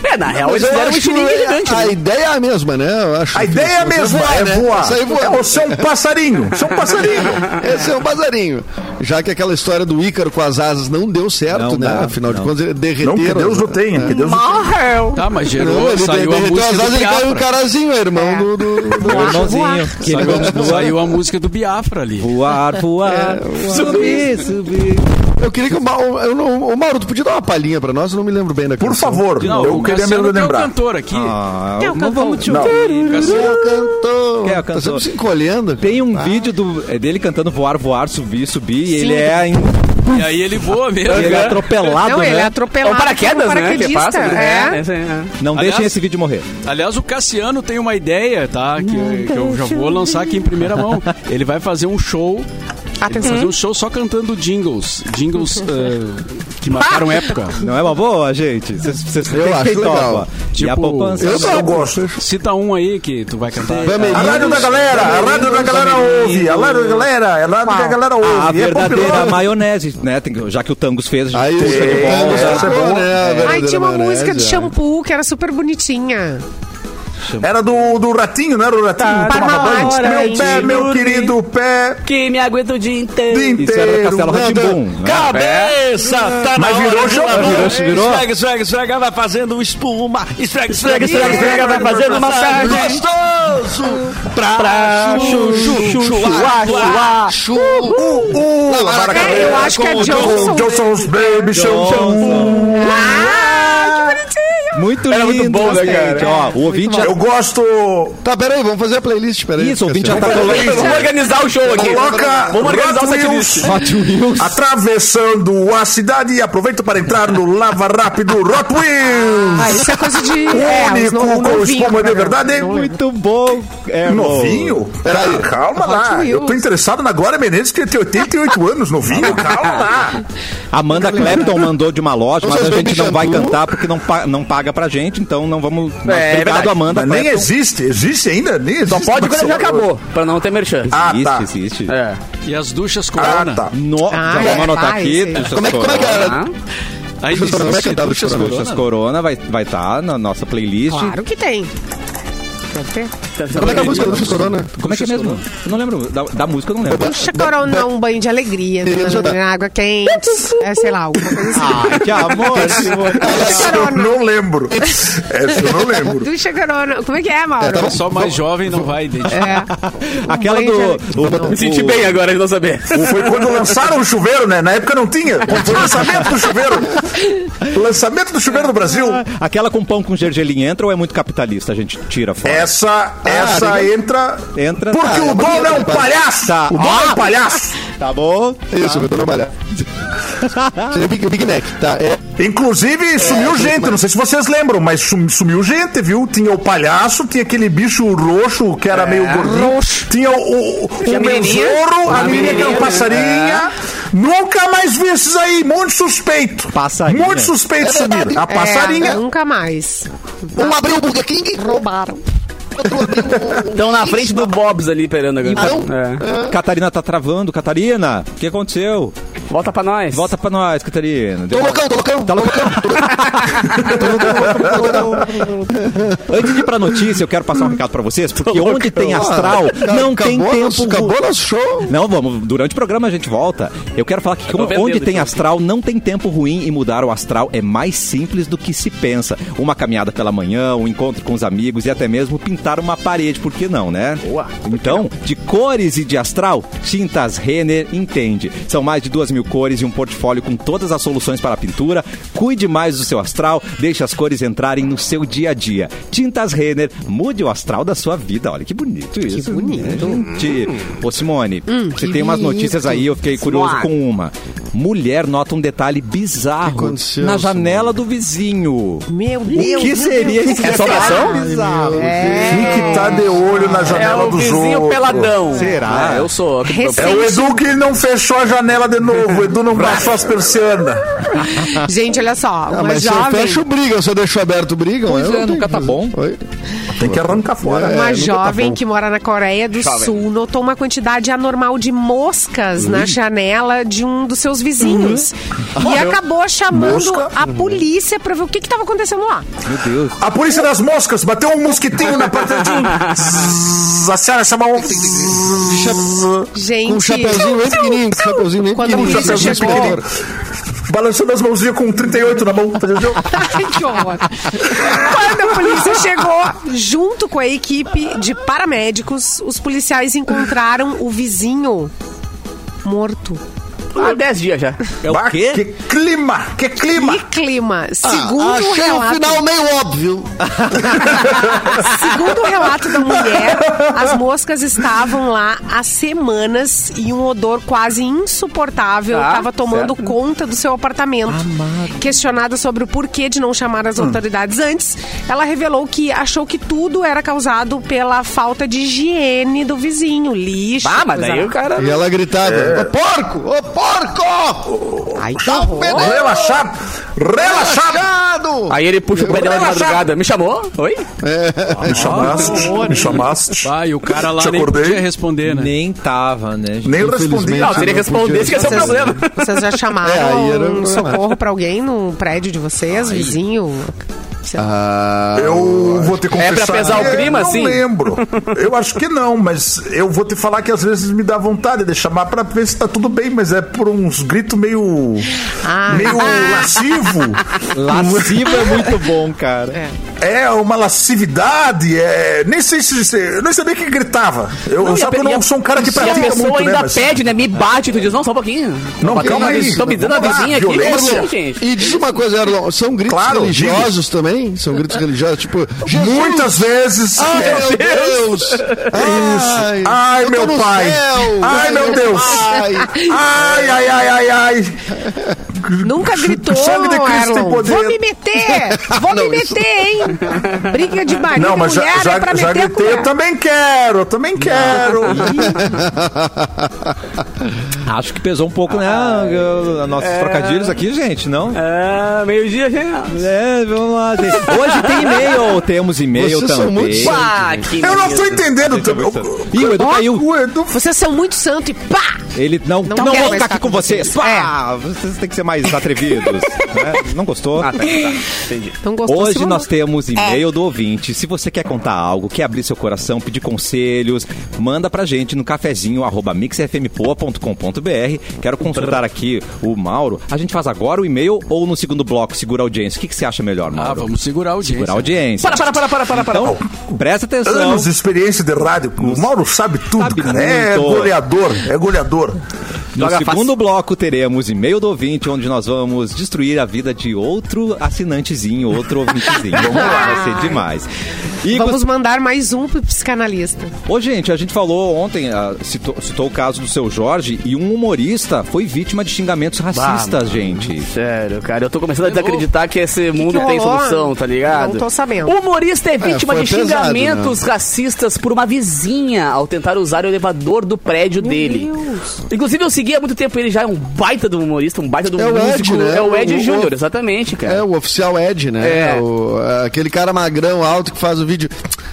S2: É, na real,
S8: Mas
S2: eles
S8: eu
S2: fizeram um
S8: acho que
S2: estilingue gigante.
S8: a, a
S2: né?
S8: ideia é a mesma, né? Eu acho
S7: A
S8: que
S7: ideia é a
S8: você
S7: mesma,
S8: vai,
S7: é
S8: né?
S7: voar.
S8: Sair voando.
S7: Você é um passarinho, você é um passarinho.
S8: Esse é o bazarinho. Já que aquela história do Ícaro com as asas não deu certo,
S1: Não
S8: né?
S1: dá,
S8: Afinal de
S1: não.
S8: contas, ele derreteu.
S7: Não, que Deus o tenha, que Deus o tenha.
S6: Tá, mas gerou,
S8: Não, ele
S6: saiu a
S8: derreteu
S6: música
S8: as asas,
S6: do
S8: ele caiu o
S6: Biafra.
S8: carazinho, é irmão
S5: É.
S8: do... do, do-
S1: O irmãozinho.
S5: Voar.
S1: Que ele continua.
S6: Saiu a música do Biafra ali.
S1: Voar, voar. subir, subir.
S8: Eu queria que o Mauro. Eu não, o Mauro, tu podia dar uma palhinha pra nós? Eu não me lembro bem da
S7: Por
S8: canção.
S7: favor, eu
S6: o
S7: queria me
S6: Cassiano que é o
S7: lembrar.
S6: cantor aqui.
S1: Ah,
S9: Quem é o cantor?
S7: Não.
S8: Seu é cantor.
S1: Quem é o
S8: Tá
S1: cantor?
S8: sempre se encolhendo.
S1: Tem um vídeo do, é dele cantando voar, voar, subir, subir, e ele é, em-
S6: E aí ele voa mesmo.
S1: ele é atropelado,
S5: Não,
S1: né?
S5: ele é
S2: É
S5: atropelado.
S2: um paraquedas,
S5: como
S2: né? Que
S5: paraquedista,
S2: passa.
S5: é.
S1: Não
S6: Aliás-
S1: deixem esse vídeo morrer.
S6: Aliás, o Cassiano tem uma ideia, tá? Que, que eu já vou lançar aqui em primeira mão. Ele vai fazer um show. Ele vai
S5: Atenção.
S7: Uhum.
S6: fazer um show só cantando jingles. Jingles
S2: Uhum.
S6: eh, que
S2: Ah!
S6: marcaram época.
S1: Não é uma boa, gente? Vocês- Vocês
S8: Eu
S1: têm
S8: acho
S1: quem
S8: legal.
S1: topa. e a
S6: Tipo,
S1: poupança...
S8: Eu
S7: Eu
S8: não.
S7: gosto.
S6: Cita um aí que tu vai cantar.
S7: A rádio da galera, a rádio da galera ouve, a rádio da galera, a rádio da galera ouve.
S1: A
S7: E é popular.
S1: verdadeira maionese, né? Tem que- já que o Tangos fez, a
S8: Aí né?
S1: gente
S8: o
S1: puxa de volta.
S7: Isso é bom.
S5: Ai, tinha uma música
S7: é.
S8: é.
S5: de shampoo que era super bonitinha.
S7: Era do, do ratinho, não era o ratinho?
S5: Tá,
S7: Tomava banho.
S5: Parmalat,
S7: Meu pé,
S5: ratinho,
S7: meu querido pé,
S2: Que me aguenta o dia
S7: o
S2: inteiro.
S7: dia
S1: Isso era do
S7: inteiro.
S1: Castelo Ratimbum.
S3: Cabeça! Tá
S7: né? Mas
S3: na
S7: virou
S3: hora,
S7: show,
S3: tá na
S7: virou,
S3: hora.
S1: virou.
S3: Esfrega, esfrega, esfrega, vai fazendo um espuma. Esfrega, esfrega,
S7: Esfrega,
S3: esfrega, esfrega, vai fazendo massagem. Gostoso! Pra, chuchu, chuá, chuá,
S7: Uh, uh, Maracanã.
S5: É, eu acho que é Johnson.
S7: Johnson's Baby Shampoo.
S1: Muito lindo, muito bom, né, cara? Ó, o ouvinte já...
S7: Eu gosto.
S8: Tá, peraí, vamos fazer a playlist, peraí.
S1: Isso, o ouvinte já
S8: Cassiano.
S1: tá colando.
S2: Vamos organizar o show aqui.
S7: Coloca
S2: Vamos organizar o
S7: Hot Wheels
S2: setlist.
S1: Hot Wheels.
S7: atravessando a cidade e aproveito para entrar no Lava Rápido Hot Wheels.
S5: Ah, isso é coisa de. é, os
S7: Único
S5: no- o
S7: com
S5: novinho
S7: espuma é
S5: né?
S7: de
S5: programa.
S7: verdade.
S1: Muito bom. É,
S7: Novinho? Peraí, calma lá.
S5: Wheels.
S7: Eu tô interessado na Glória Menezes, que tem 88 anos, novinho. Calma lá.
S1: Amanda Clapton mandou de uma loja, mas
S8: Vocês
S1: a
S8: vão
S1: gente não
S8: deixar
S1: vai
S8: nu?
S1: cantar porque não, pa- não paga pra gente, então não vamos.
S2: É, é
S1: obrigado,
S2: verdade.
S1: Amanda.
S7: Mas nem
S1: Clapton.
S7: existe, existe ainda? Nem existe.
S2: Só pode quando
S7: Marcelo.
S2: já acabou, pra não ter merchan.
S7: Ah,
S1: existe,
S7: tá.
S1: existe.
S2: É.
S6: E as duchas
S7: Ah,
S6: corona.
S7: tá.
S1: No, já
S5: Ah,
S1: vamos
S5: é,
S1: anotar
S5: vai,
S1: aqui.
S5: sim.
S1: Duchas
S8: Como é, que- como é que
S1: Corona.
S8: era?
S6: Aí
S8: Duchas Corona, como é que
S6: existe
S8: cantava
S6: duchas
S8: Duchas
S6: corona.
S1: Duchas Corona vai estar vai tá na nossa playlist.
S5: Claro que tem. Deve ter.
S8: Como é que é a música do Duchas Corona?
S1: Como é que é mesmo? Eu não lembro. Da, da música eu não lembro.
S5: Puxa, corona, um banho de alegria.
S8: Ele já tá.
S5: na Água quente. É, sei lá, alguma coisa assim.
S1: Ai, que amor.
S5: Ducha
S7: Essa eu
S5: corona.
S7: não lembro. Essa eu não lembro.
S5: Ducha corona. Como é que é, Mauro?
S8: tava-
S6: Só mais jovem não vai identificar.
S5: É.
S8: tá
S1: Aquela
S5: banho de
S1: do.
S5: alegria.
S1: o-
S2: Me senti
S1: o-
S2: bem agora de não saber.
S7: Foi quando lançaram o chuveiro, né? Na época não tinha. Quando Foi o lançamento do chuveiro. O lançamento do chuveiro no Brasil.
S1: Aquela com pão com gergelim entra ou é muito capitalista? A gente tira fora.
S7: Essa, essa entra.
S1: Entra.
S7: Porque o dono é um palhaço!
S1: Tá.
S7: O dono é
S1: Ah.
S7: um palhaço!
S1: Tá bom?
S8: Isso, eu tô trabalhando. Seria Big, Big Mac, tá? É,
S7: Inclusive, sumiu gente, não sei se vocês lembram, mas sum- sumiu gente, viu? Tinha o palhaço, tinha aquele bicho roxo que era meio gordinho. Tinha o, o, o meu
S2: menininha.
S7: zorro, a é.
S2: A
S7: menina que era um
S2: menininha,
S7: passarinha. Nunca mais vi esses aí, monte de suspeito.
S1: Passarinha.
S7: Monte de suspeito sumiram. A
S5: É,
S7: passarinha.
S5: nunca mais.
S8: um abriu o Burger King. Roubaram. Outro abriu
S2: Estão na frente do Bob's ali esperando agora.
S8: Então-
S2: É.
S1: Catarina tá travando. Catarina, o que aconteceu?
S2: Volta pra nós.
S1: Volta pra nós, Catarina.
S8: o... Tô loucão, tô loucão. Tá loucão.
S1: Antes de ir pra notícia, eu quero passar um recado pra vocês, porque onde tem astral, não tem
S8: acabou
S1: tempo.
S8: Nosso, acabou nosso show.
S1: Não, vamos, durante o programa a gente volta. Eu quero falar que
S2: tô
S1: onde
S2: vendendo,
S1: tem
S2: então.
S1: astral, não tem tempo ruim e mudar o astral é mais simples do que se pensa. Uma caminhada pela manhã, um encontro com os amigos e até mesmo pintar uma parede, por que não, né?
S2: Boa.
S1: Então, de cores e de astral, Tintas Renner entende. São mais de duas mil cores e um portfólio com todas as soluções para a pintura. Cuide mais do seu astral, deixe as cores entrarem no seu dia a dia. Tintas Renner, mude o astral da sua vida. Olha que bonito isso. Que bonito. Hum. Gente, ô Simone, você tem umas notícias aí, eu fiquei curioso com uma. Mulher nota um detalhe bizarro
S8: aconteceu,
S1: na janela do vizinho.
S5: Meu
S1: O
S5: Deus. É,
S1: que seria esse
S2: É só
S1: detalhe
S2: oração?
S1: bizarro?
S8: Ah,
S7: Fique tá de olho na
S2: É
S7: janela
S2: o
S7: dos
S2: vizinho
S7: outros.
S2: peladão.
S1: Será?
S6: Ah,
S2: É, eu sou.
S7: É o Edu que não fechou a janela de novo. O Edu não baixou as persianas.
S5: Gente, olha só. Uma
S8: É Ah, mas se eu
S5: jovem.
S8: fecho, brigam. Se eu deixo aberto, brigam.
S1: Pois
S8: Eu
S1: é,
S8: não tenho
S1: nunca tá
S8: que-
S1: bom.
S8: Oi?
S7: Tem que arrancar fora.
S8: É,
S5: Uma
S8: nunca tá
S5: jovem
S8: bom.
S5: que mora na Coreia do Sul notou uma quantidade anormal de moscas na janela de um dos seus vizinhos.
S8: Uhum.
S5: E
S8: Ah,
S5: acabou chamando
S7: Mosca?
S5: a polícia pra ver o que estava acontecendo lá.
S1: Meu Deus.
S7: A polícia das moscas bateu um mosquitinho na porta de um. Zzz, A senhora chamou um. Zzz,
S5: Gente.
S8: Com um chapeuzinho bem pequenininho. com um Chapeuzinho bem
S5: Quando
S8: pequenininho. assim,
S5: o bicho
S8: chapeuzinho
S5: chegou-
S8: pequenininho.
S7: Balançando as mãozinhas com um 38 na mão. fazendo-
S5: Ai, que horror. Quando a polícia chegou, junto com a equipe de paramédicos, os policiais encontraram o vizinho morto.
S2: Há 10 Ah, dias já.
S1: É o
S7: Bah,
S1: quê?
S7: Que clima! Que clima!
S5: Que clima. Segundo o
S8: Ah, assim, Achei o
S5: relato,
S8: final meio óbvio.
S5: segundo o relato da mulher, as moscas estavam lá há semanas e um odor quase insuportável
S2: Tá,
S5: estava tomando conta do seu apartamento. Questionada sobre o porquê de não chamar as autoridades antes, ela revelou que achou que tudo era causado pela falta de higiene do vizinho, lixo.
S2: Ah, mas
S5: coisa
S2: daí
S5: lá.
S2: o cara.
S8: E ela gritava: Ô porco! Ô porco!
S5: Ai, que
S8: Dá um
S5: horror.
S8: pedaço
S7: Relaxado! Relaxado!
S8: Relaxado!
S2: Aí ele puxa o pé dela de madrugada. Me chamou? Oi?
S7: Me chamaste, me chamaste.
S6: Ah, e o cara lá
S7: Te
S6: nem
S7: acordei?
S6: podia responder, né?
S1: Nem tava, né? gente?
S7: Nem eu respondi.
S8: Infelizmente.
S2: Não, se ele
S8: não podia.
S2: respondesse, que esse é o problema.
S5: Vocês já chamaram
S8: É, aí era um
S5: um
S8: problema.
S5: socorro pra alguém no prédio de vocês, vizinho? Sei lá.
S8: Ah,
S7: Eu vou te confessar.
S2: pra pesar
S7: que
S2: o clima,
S7: eu
S2: assim?
S7: Não lembro. Eu acho que não, mas eu vou te falar que às vezes me dá vontade de chamar pra ver se tá tudo bem, mas é por uns gritos meio.
S5: Ah.
S7: meio lascivo.
S1: Lasciva é muito bom, cara.
S5: É.
S7: É uma lascividade. É... Nem sei se. se- Eu nem sabia que gritava. Eu,
S2: Não, e a
S7: sabe,
S2: pe-
S7: eu
S2: e
S7: não
S2: a-
S7: sou um cara
S2: E
S7: que
S2: a
S7: pratica
S2: pessoa
S7: muito, né?
S2: ainda
S7: mas-
S2: pede, né? Me bate, tu diz, não, só um pouquinho.
S7: Não,
S2: Bateu
S7: calma
S2: uma-
S7: aí.
S2: Tô me dando a
S7: Vamos lá,
S2: vizinha aqui.
S7: violência.
S2: Como assim, gente?
S8: E diz uma coisa, Erlon, são gritos
S7: Claro,
S8: religiosos também? São gritos religiosos, tipo... Jesus!
S7: Muitas vezes.
S8: Ai,
S7: é.
S8: Ah, meu Deus! Ai,
S7: Ai,
S8: eu tô
S7: meu
S8: no
S7: pai.
S8: céu.
S7: Ai, meu Deus.
S8: Ai.
S7: Ai, ai, ai, ai, ai.
S5: Nunca gritou,
S7: O sangue de Cristo tem
S5: Erlon.
S7: poder.
S5: Vou me meter! Vou me meter, hein? Briga de marido
S7: Não,
S5: e
S7: mas já,
S5: mulher é
S7: já,
S5: pra
S7: já
S5: meter a
S7: gritei, tá- eu
S5: colher.
S7: também quero, eu também quero.
S1: Acho que pesou um pouco, né? a- a- Nossos trocadilhos aqui, gente, não?
S2: Ah, meio-dia já.
S1: É, vamos lá. gente. Hoje tem e-mail. Temos e-mail
S8: Vocês são
S1: também.
S8: muito
S2: Pá, Ah, que
S7: Eu não tô
S2: medo.
S7: entendendo também.
S1: Ih, o Edu caiu.
S7: O Edu
S5: Vocês são muito santo e pá!
S1: Ele não, não,
S5: quero
S1: vou
S5: mais
S1: ficar aqui com vocês. Pá, Vocês têm que ser mais atrevidos. né? Não gostou?
S2: Ah, tá, tá. Entendi.
S5: Então gostou
S1: Hoje
S5: Simão?
S1: nós temos e-mail do ouvinte. Se você quer contar algo, quer abrir seu coração, pedir conselhos, manda pra gente no cafezinho arroba mixfmpoa.com.br. Quero consultar aqui o Mauro. A gente faz agora o e-mail ou no segundo bloco segura a audiência? O que, que você acha melhor, Mauro?
S6: Ah, vamos segurar a audiência.
S1: Segurar a audiência.
S2: Para, para, para, para, para, para.
S1: Então, presta atenção.
S7: anos de experiência de rádio. O Mauro sabe tudo,
S1: Sabe
S7: cara. É
S1: muito.
S7: goleador, é goleador.
S1: No
S2: Joga
S1: segundo bloco teremos e-mail do ouvinte, onde nós vamos destruir a vida de outro assinantezinho, outro ouvintezinho. Vamos lá, vai ser demais. E
S5: Vamos mandar mais um pro psicanalista.
S1: Ô, gente, a gente falou ontem, ah, citou, citou o caso do seu Jorge, e um humorista foi vítima de xingamentos racistas, gente.
S2: Sério, cara, eu tô começando a desacreditar que esse mundo
S5: que
S2: tem
S5: rolou?
S2: solução, tá ligado?
S5: Não tô sabendo.
S2: Humorista é vítima
S8: foi
S2: de
S8: pesado,
S2: xingamentos racistas por uma vizinha ao tentar usar o elevador do prédio dele. Inclusive, eu segui há muito tempo ele já, é um baita do humorista, um baita do
S8: É o Ed,
S2: músico.
S8: né?
S2: É o Ed
S8: O-
S2: Júnior, exatamente, cara.
S8: É o oficial Ed, né?
S2: É.
S8: O- aquele cara magrão, alto, que faz o vídeo.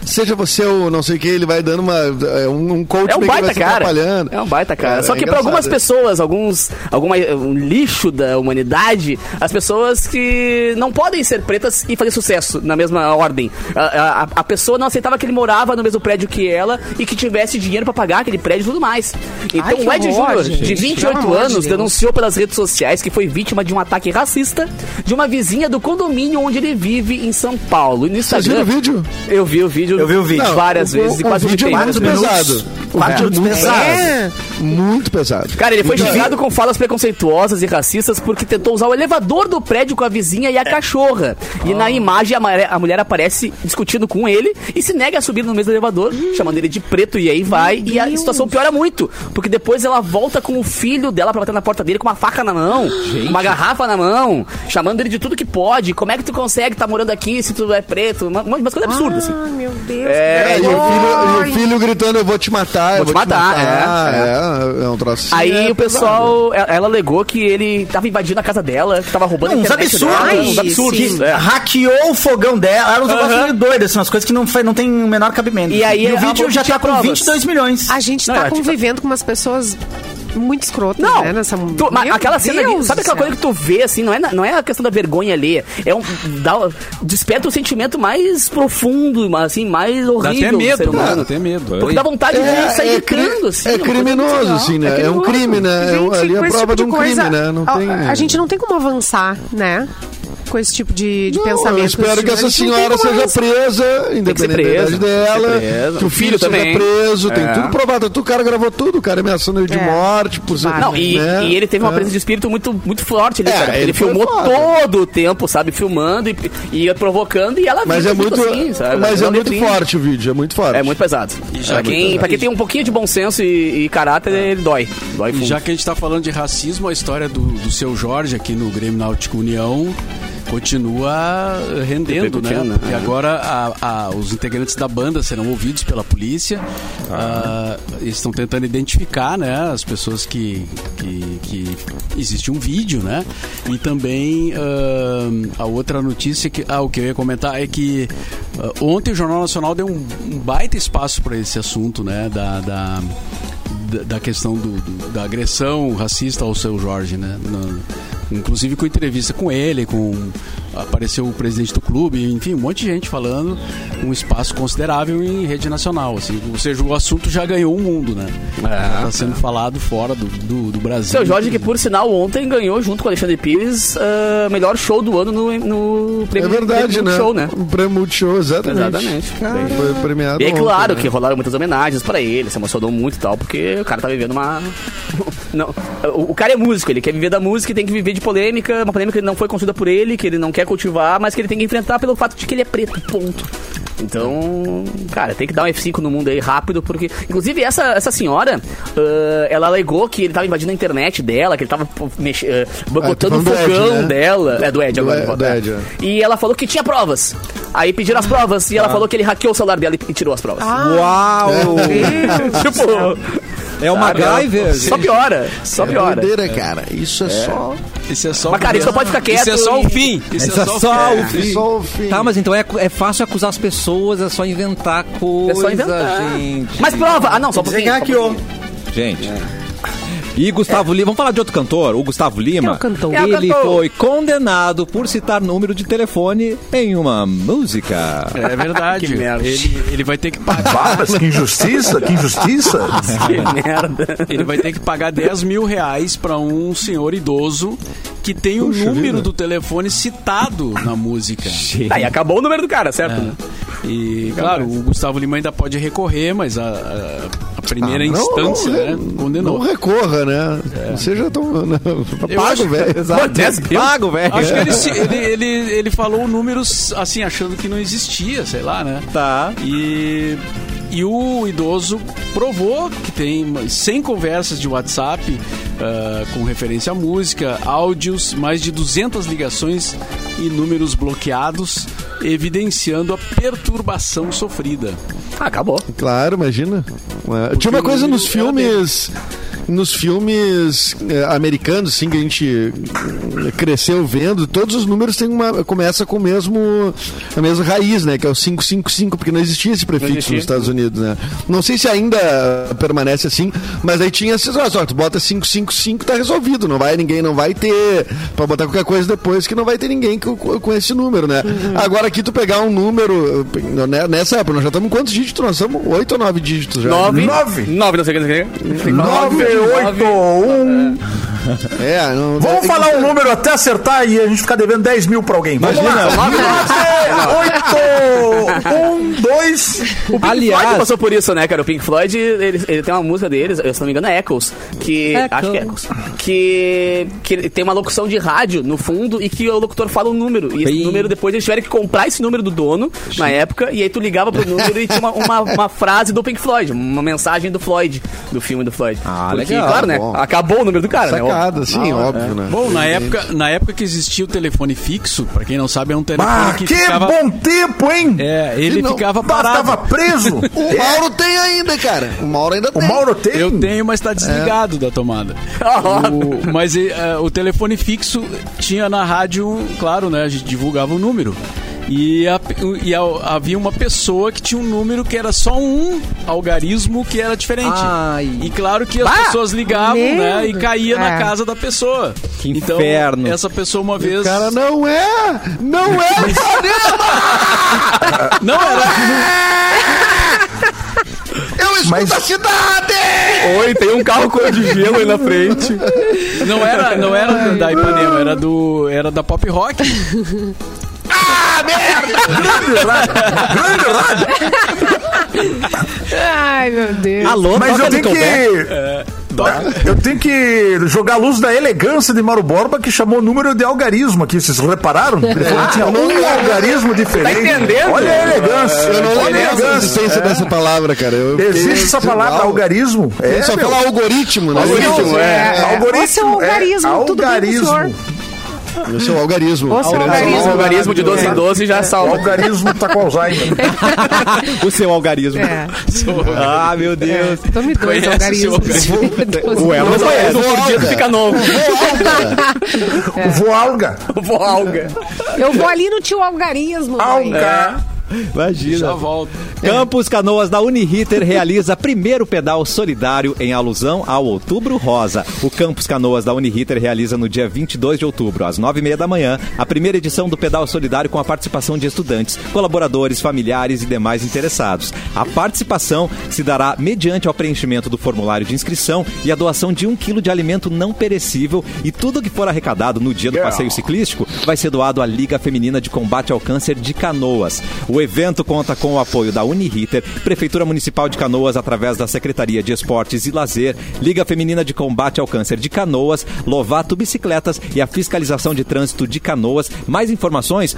S8: Seja você o não sei o que, ele vai dando uma, é um um coach
S2: É um
S8: meio que vai
S2: baita
S8: se
S2: cara.
S8: atrapalhando.
S2: É um baita cara.
S8: É,
S2: Só
S8: é
S2: que pra
S8: engraçado,
S2: algumas
S8: é.
S2: pessoas, alguns alguma um lixo da humanidade, as pessoas que não podem ser pretas e fazer sucesso na mesma ordem. A, a- a pessoa não aceitava que ele morava no mesmo prédio que ela e que tivesse dinheiro pra pagar aquele prédio e tudo mais. Então
S5: Ai, que
S2: o Ed
S5: horror,
S2: Júnior,
S5: gente.
S2: de
S5: Pelo
S2: 28
S5: amor de
S2: anos,
S5: Deus.
S2: denunciou pelas redes sociais que foi vítima de um ataque racista de uma vizinha do condomínio onde ele vive em São Paulo. E no
S8: Vocês
S2: Instagram,
S8: viram o vídeo?
S2: eu vi o vídeo,
S8: Eu vi o vídeo.
S2: várias
S8: O-
S2: vezes e
S8: o
S2: quase
S8: vídeo é
S2: gritei.
S8: muito
S2: Vários minutos.
S8: pesado.
S2: Quatro
S8: É,
S2: minutos
S8: muito
S2: pesados.
S8: Muito pesado.
S2: Cara, ele foi xingado com falas preconceituosas e racistas porque tentou usar o elevador do prédio com a vizinha e a cachorra. E
S8: Ah.
S2: na imagem a, mare- a mulher aparece discutindo com ele e se nega a subir no mesmo elevador, chamando ele de preto e aí vai. E a situação piora muito, porque depois ela volta com o filho dela pra bater na porta dele com uma faca na mão, uma garrafa na mão, chamando ele de tudo que pode. Como é que tu consegue tá morando aqui se tu é preto? Uma, uma coisa absurda, assim.
S5: Ah, meu Deus.
S2: É,
S8: É, e, o filho,
S5: Ai.
S8: e o filho gritando, eu vou te matar, eu
S2: Vou te matar,
S8: É, é, é um troço assim,
S2: Aí
S8: é
S2: o pessoal, e- ela alegou que ele tava invadindo a casa dela, que tava roubando
S9: Não,
S2: a
S9: uns
S2: internet dela,
S9: absurdos.
S2: uns absurdos.
S9: Que
S2: é.
S9: hackeou o fogão dela. Era um negócio meio doido, assim, umas coisas que não, faz, não tem o menor cabimento.
S2: E aí
S9: o
S2: a
S9: vídeo já
S2: Bolt tinha
S9: tá com
S2: provas.
S9: 22 milhões.
S5: A gente
S2: Não,
S5: tá
S2: é, tipo-
S5: convivendo com umas pessoas muito escrotas,
S2: Não,
S5: né? Nessa...
S2: tu- mas
S5: Meu
S2: aquela cena
S5: Deus
S2: ali, sabe
S5: do
S2: aquela
S5: céu.
S2: coisa que tu vê, assim, não é, na- não é a questão da vergonha ali, é um, dá, desperta um sentimento mais profundo, mas, assim, mais
S6: Dá
S2: horrível
S6: até
S2: do
S6: medo,
S2: ser
S6: cara.
S2: humano.
S6: Dá até medo.
S2: Porque dá vontade
S8: É,
S2: de sair
S8: é cri-
S2: gritando, assim.
S8: é
S2: uma coisa
S8: criminoso,
S2: bizarra.
S8: assim, né? É um
S2: criminoso.
S8: crime, né? É um-
S5: Gente,
S8: ali é
S5: com esse tipo
S8: prova de um crime,
S5: coisa,
S8: né? Não
S5: a,
S8: tem-
S5: a gente não tem como avançar, né? com esse tipo de, de
S8: Não,
S5: pensamento.
S8: Eu espero que
S5: A gente
S8: essa
S5: não tem
S8: senhora
S5: como
S8: seja
S5: res-
S8: presa, independente da idade
S2: presa, tem que ser
S8: dela.
S2: presa.
S8: Que
S2: O
S8: o filho
S2: filho também.
S8: seja preso,
S2: É.
S8: tem tudo provado. Tu, o cara gravou tudo, o cara ameaçando ele de
S5: É.
S8: morte. Por ser,
S2: Não, e,
S8: né?
S2: e ele teve uma
S8: É.
S2: presença de espírito muito, muito forte ali,
S8: É,
S2: cara. Ele,
S8: ele foi
S2: filmou
S8: foda.
S2: todo o tempo, sabe? Filmando e, e ia provocando e ela
S8: Mas
S2: viu
S8: é
S2: tudo
S8: muito,
S2: assim, sabe?
S8: mas é
S2: Ela
S8: muito
S2: letrinha.
S8: forte o vídeo, é muito forte.
S2: É muito pesado.
S6: já-
S2: Pra quem, pra quem tem um pouquinho de bom senso e, e caráter, ele dói. Dói
S6: E
S2: fundo.
S6: já que a gente tá falando de racismo, a história do, do seu Jorge aqui no Grêmio Náutico União continua rendendo, né?
S2: Repercutindo, né?
S6: E agora a- a- os integrantes da banda serão ouvidos pela polícia.
S2: Tá.
S6: Ah, eles estão tentando identificar, né? As pessoas que, que, que- existe um vídeo, né? E também ah, a outra notícia que ah, o que eu ia comentar é que ah, ontem o Jornal Nacional deu um, um baita espaço para esse assunto, né? Da- da da- da questão do, do- da agressão racista ao seu Jorge, né? Na- inclusive com entrevista com ele, com apareceu o presidente do clube, enfim, um monte de gente falando, um espaço considerável em rede nacional, assim, ou seja, o assunto já ganhou o mundo, né? Está sendo falado fora do, do, do Brasil.
S2: É, Seu Jorge, que por sinal ontem ganhou junto com o Alexandre Pires ah, melhor show do ano no, no
S8: É
S2: prêmio
S8: verdade,
S2: prêmio
S8: né?
S2: show, né?
S8: O prêmio Multishow, exatamente.
S2: Exatamente.
S8: Cara, foi premiado.
S2: E é
S8: ontem,
S2: claro
S8: né?
S2: que rolaram muitas homenagens pra ele, se emocionou muito e tal, porque o cara tá vivendo uma. não, o, o cara é músico, ele quer viver da música e tem que viver de polêmica, uma polêmica que não foi construída por ele, que ele não quer cultivar, mas que ele tem que enfrentar pelo fato de que ele é preto, ponto. Então, cara, tem que dar um F5 no mundo aí rápido, porque. Inclusive, essa, essa senhora, ah, ela alegou que ele tava invadindo a internet dela, que ele tava pô, mexe, ah, boicotando
S8: Ah,
S2: o
S8: tá falando do Ed,
S2: fogão
S8: né?
S2: dela. é do Ed
S8: do
S2: agora.
S8: Ed,
S2: vou
S8: do
S2: botar.
S8: Ed, é.
S2: E ela falou que tinha provas. Aí pediram as provas e ela falou que ele hackeou o celular dela e tirou as provas.
S1: Uau!
S2: tipo,
S1: É o
S2: sabe, ela-
S1: MacGyver.
S2: é Só piora, só piora.
S8: Doideira, cara. Isso é, só.
S6: Esse é só
S2: Mas, cara, isso não pode ficar quieto
S6: Isso é só
S2: e-
S6: o fim. Isso
S1: Isso é só o fim.
S8: só o fim.
S1: Tá, mas então é, é fácil acusar as pessoas, é só inventar coisa,
S2: É só inventar.
S1: gente.
S2: Mas prova! Ah, não, só um pouquinho.
S9: Dizer
S2: só um
S9: hackeou.
S2: pouquinho.
S1: Gente. E Gustavo Lima, vamos falar de outro cantor, o Gustavo Lima.
S5: É o cantor.
S2: É o
S1: Ele
S2: cantor.
S1: foi condenado por citar número de telefone em uma música.
S6: É verdade.
S2: Que merda.
S6: Ele, ele vai ter que pagar.
S7: Bah, mas que injustiça, que injustiça.
S2: Que merda.
S6: Ele vai ter que pagar 10 mil reais pra um senhor idoso que tem o número do telefone citado na música.
S2: Aí acabou o número do cara, certo?
S6: E, claro, o Gustavo Lima ainda pode recorrer, mas a, a- a primeira
S8: Ah, não,
S6: instância
S8: não,
S6: é
S8: é.
S6: né,
S8: Não
S6: condenou. É.
S8: recorra, né? Não seja tão. não. Paga,
S6: acho-
S8: velho.
S2: Pô, 10 mil?
S1: Pago, velho.
S6: Acho que ele, se- ele, ele, ele falou números assim, achando que não existia, sei lá, né?
S1: Tá.
S6: E, e o idoso provou que tem 100 conversas de WhatsApp ah, com referência à música, áudios, mais de 200 ligações e números bloqueados, evidenciando a perturbação sofrida.
S2: Ah, acabou.
S8: Claro, imagina. É, Tinha uma
S6: o
S8: coisa
S6: número
S8: nos
S6: era
S8: filmes. Nos filmes eh, americanos, assim, que a gente eh, cresceu vendo, todos os números têm uma. Começa com o mesmo, a mesma raiz, né? Que é o 555, porque não existia esse prefixo
S2: existia.
S8: nos Estados Unidos, né? Não sei se ainda permanece assim, mas aí tinha esses, ó, só, tu bota 555, tá resolvido, não vai ninguém, não vai ter. Pra botar qualquer coisa depois que não vai ter ninguém com, com esse número, né? Agora aqui tu pegar um número, né, nessa época, nós já estamos em quantos dígitos? Nós estamos oito ou nove dígitos já. né.
S2: 9.
S7: Nove.
S2: 9, não sei o que.
S7: 981.
S8: É, não,
S7: Vamos falar um número até acertar e a gente ficar devendo 10 mil pra alguém. Vamos
S1: Imagina.
S7: lá. um, 9, 8, 1, 2.
S2: Aliás, Floyd
S1: Aliás,
S2: passou por isso, né, cara? O Pink Floyd, ele, ele tem uma música deles, eu, se não me engano, é Echoes, que acho que é Echoes, que que ele tem uma locução de rádio no fundo e que o locutor fala um número e esse
S1: Bem-
S2: número depois eles tiveram que comprar esse número do dono na época e aí tu ligava pro número e tinha uma, uma, uma frase do Pink Floyd, uma mensagem do Floyd, do filme do Floyd.
S1: Ah,
S2: Porque,
S1: legal,
S2: claro, né?
S8: bom.
S2: Acabou o número do cara, né?
S8: sacada, sim, óbvio, né?
S6: Bom, na época, na época que existia o telefone fixo, pra quem não sabe, é um telefone
S7: Ah,
S6: que,
S7: que
S6: ficava.
S7: bom tempo, hein?
S6: É, ele
S8: Que não-
S6: ficava
S7: Bah,
S6: parado.
S7: Tava preso. É,
S8: O Mauro tem ainda, cara. O Mauro ainda
S7: O
S8: tem.
S7: Mauro tem?
S6: Eu tenho, mas
S8: É.
S6: está desligado da tomada. O- mas e, eh, o telefone fixo tinha na rádio, claro, né? A gente divulgava o número. E, a- e a- havia uma pessoa que tinha um número que era só um algarismo que era diferente.
S1: Ai.
S6: E claro que as pessoas ligavam, né? E caía na
S5: É.
S6: casa da pessoa.
S1: Que inferno.
S6: Então, essa pessoa uma vez.
S8: Cara, não é! Não é!
S6: Não, era.
S8: Eu fresco
S7: Mas-
S8: da cidade!
S10: Oi, tem um carro cor de gelo aí na frente.
S6: Não era, não era da Ipanema, era, do, era da Pop Rock.
S5: Ai, meu Deus.
S1: Alô,
S7: Mas
S1: toca
S7: eu tenho
S1: Nickelback.
S7: que. Eu tenho que jogar a luz da elegância de Mauro Borba, que chamou o número de algarismo aqui. Vocês repararam? Ele falou que tinha um algarismo diferente.
S10: entendendo?
S7: Olha a elegância.
S8: Eu não
S7: Olha a
S8: lembro a
S7: elegância.
S8: existência dessa palavra, cara. Eu fiquei-
S7: né? Existe essa
S8: sei
S7: palavra,
S8: lá,
S7: algarismo? É,
S8: só
S7: meu.
S8: fala algoritmo, né?
S10: Algoritmo, é.
S7: Algoritmo,
S5: Ô, seu algarismo,
S7: é,
S5: tudo bem com o senhor?
S7: algarismo.
S8: Esse é o algarismo.
S5: Ô, seu
S2: O
S5: algarismo.
S2: algarismo de 12 em 12 já
S7: O
S2: salva.
S7: algarismo tá com Alzheimer.
S1: O seu algarismo.
S5: É.
S1: Ah, meu Deus.
S5: Tô me dois
S6: Conhece
S5: algarismos.
S6: o
S1: O Elmo conhece.
S8: Vou alga.
S2: Fica novo.
S7: Vou alga.
S2: Vou alga.
S5: Eu vou ali no tio algarismo. mãe.
S7: Alga.
S1: Imagina.
S6: Já volto.
S1: Campus Canoas da Uniriter realiza primeiro pedal solidário em alusão ao Outubro Rosa. O Campus Canoas da Uniriter realiza no dia 22 de outubro, às 9h30 da manhã, a primeira edição do pedal solidário com a participação de estudantes, colaboradores, familiares e demais interessados. A participação se dará mediante ao preenchimento do formulário de inscrição e a doação de um quilo de alimento não perecível e tudo que for arrecadado no dia do passeio ciclístico vai ser doado à Liga Feminina de Combate ao Câncer de Canoas. O evento conta com o apoio da Uniriter, Prefeitura Municipal de Canoas através da Secretaria de Esportes e Lazer, Liga Feminina de Combate ao Câncer de Canoas, Lovato Bicicletas e a Fiscalização de Trânsito de Canoas. Mais informações,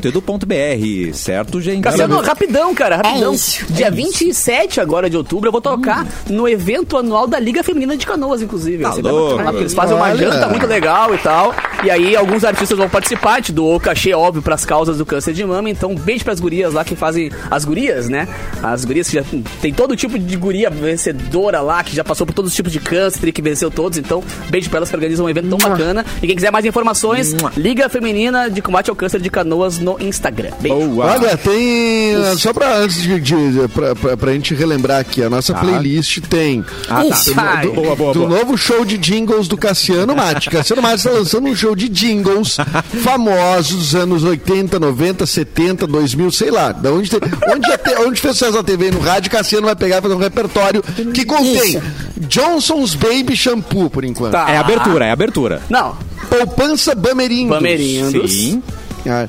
S1: uniriter.edu.br. Certo, gente?
S2: Cassiano, rapidão, cara, rapidão.
S4: É isso,
S2: Dia 27 agora de outubro, eu vou tocar no evento anual da Liga Feminina de Canoas, inclusive. Assim,
S1: Tá
S2: Vai ser bem
S1: louco.
S2: bacana, porque eles fazem uma
S8: Olha.
S2: janta muito legal e tal. E aí alguns artistas vão participar, a gente doou cachê, óbvio, pras causas do câncer de mama. Então, um beijo pras gurias lá que fazem... As gurias, né? As gurias que já... Tem todo tipo de guria vencedora lá, que já passou por todos os tipos de câncer e que venceu todos. Então, beijo pra elas que organizam um evento tão bacana. E quem quiser mais informações, Liga Feminina de Combate ao Câncer de Canoas no Instagram. Beijo.
S8: Olha, é, tem. Só pra, antes de, de, pra, pra, pra gente relembrar aqui, a nossa playlist tem.
S2: Isso, vai.
S8: do,
S1: Boa, boa,
S8: do
S1: boa.
S8: novo show de jingles do Cassiano Mate. Cassiano Mate está lançando um show de jingles famosos dos anos 80, 90, 70, 2000, sei lá. Da onde, tem, onde, a te- onde fez sucesso na TV e no rádio, Cassiano vai pegar e fazer um repertório que contém
S4: Isso.
S8: Johnson's Baby Shampoo, por enquanto.
S2: Tá.
S1: É abertura, é abertura.
S2: Não, um
S8: Poupança Bamerindos.
S2: Bamerindos.
S1: Sim.
S8: Ah,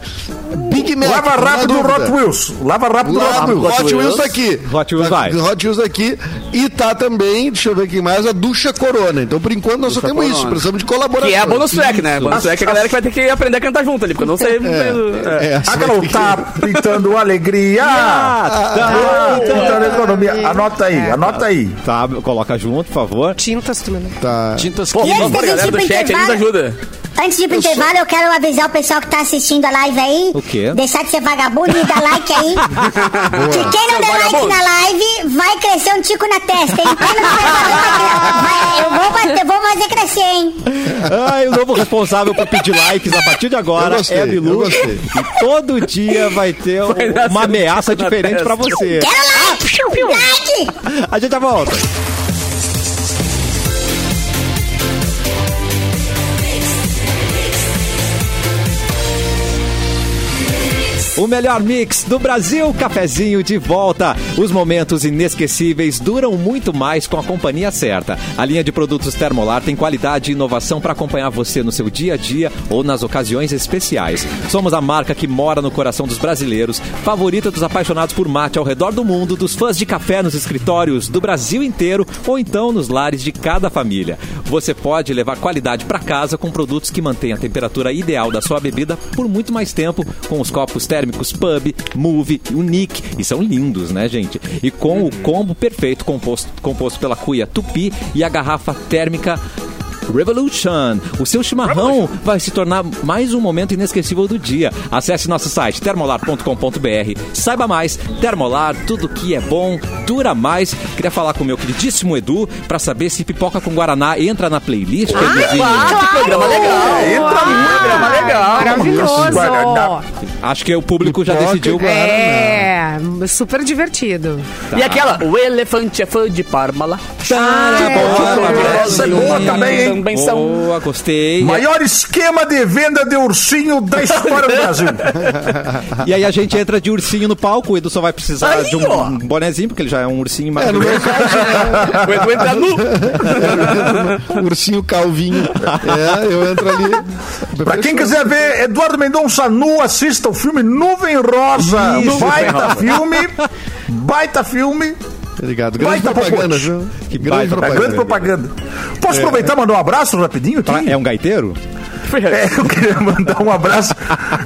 S8: Big Mac.
S7: Lava
S8: não há
S7: rápido,
S8: É. dúvida.
S7: Hot Wheels. Lava rápido,
S8: Lá,
S7: Hot Wheels.
S8: Hot, Wheels tá aqui.
S1: Hot Wheels
S8: Tá-
S1: vai.
S8: Hot Wheels aqui. E tá também, deixa eu ver aqui mais, a ducha corona. Então, por enquanto, nós só temos
S2: Corona.
S8: isso. Precisamos de colaboração.
S2: Que é a bonus track, né? Bonus track é a galera que vai ter que aprender a cantar junto ali, porque eu não sei.
S8: É,
S2: É,
S8: é, essa
S7: A
S8: vai ter
S7: Globo
S8: que-
S7: tá pintando alegria. Tá pintando economia. Anota aí, anota aí.
S1: Tá, coloca junto, por favor.
S5: Tintas também.
S8: tá.
S6: Tintas
S2: Pô,
S6: químicas.
S2: vamos pra galera do chat, eles ajuda.
S4: Antes de ir pro intervalo, eu quero avisar o pessoal que tá assistindo a live aí.
S1: O quê?
S4: Deixar de ser vagabundo e dar like aí. que quem não
S2: Seu
S4: der like
S2: vagabundo.
S4: na live vai crescer um tico na testa, hein? Quem não der like, vai- eu vou, bater- vou fazer crescer, hein?
S1: Ah, e o novo responsável por pedir likes a partir de agora
S8: Eu gostei,
S1: é a
S8: eu
S1: Bilu.
S8: gostei.
S1: E todo dia vai ter
S2: nascer
S1: uma
S2: um
S1: ameaça
S2: bicho na
S1: diferente
S2: testa.
S1: pra você.
S4: Quero like! Like!
S1: A gente já volta. O melhor mix do Brasil, cafezinho de volta. Os momentos inesquecíveis duram muito mais com a companhia certa. A linha de produtos Termolar tem qualidade e inovação para acompanhar você no seu dia a dia ou nas ocasiões especiais. Somos a marca que mora no coração dos brasileiros, favorita dos apaixonados por mate ao redor do mundo, dos fãs de café nos escritórios do Brasil inteiro ou então nos lares de cada família. Você pode levar qualidade para casa com produtos que mantêm a temperatura ideal da sua bebida por muito mais tempo com os copos térmicos Pub, Move, Unique. E são lindos, né, gente? E com o combo perfeito composto, composto pela cuia Tupi e a garrafa térmica. Revolution. O seu chimarrão vai se tornar mais um momento inesquecível do dia. Acesse nosso site termolar.com.br. Saiba mais, Termolar, tudo que é bom dura mais. Queria falar com o meu queridíssimo Edu para saber se pipoca com guaraná entra na playlist. Eduzinho.
S2: que programa legal.
S7: Entra
S2: Programa legal.
S5: Maravilhoso.
S7: Guaraná.
S1: Acho que o público já
S8: Pipoca
S1: decidiu.
S5: É, super divertido.
S2: E aquela, o elefante é fã de Parma lá.
S1: Tá,
S5: é.
S1: bom,
S7: Essa é boa também, hein?
S2: um benção.
S1: Boa, gostei.
S7: Maior esquema de venda de ursinho da história do Brasil.
S1: E aí a gente entra de ursinho no palco, o Edu só vai precisar
S9: Aí,
S1: de um,
S9: ó.
S1: um bonezinho, porque ele já é um ursinho mais.
S6: O Edu entra nu.
S8: Ursinho calvinho. É, eu entro ali.
S7: Pra quem quiser ver Eduardo Mendonça nu, assista o filme Nuvem Rosa.
S1: Isso,
S7: baita filme. Baita filme.
S8: Obrigado. Grande
S7: Baita
S8: propaganda,
S7: popote.
S8: viu? Que
S1: baita
S7: É grande propaganda. Posso aproveitar e mandar um abraço rapidinho? aqui?
S1: É um gaiteiro?
S7: É, eu queria mandar um abraço.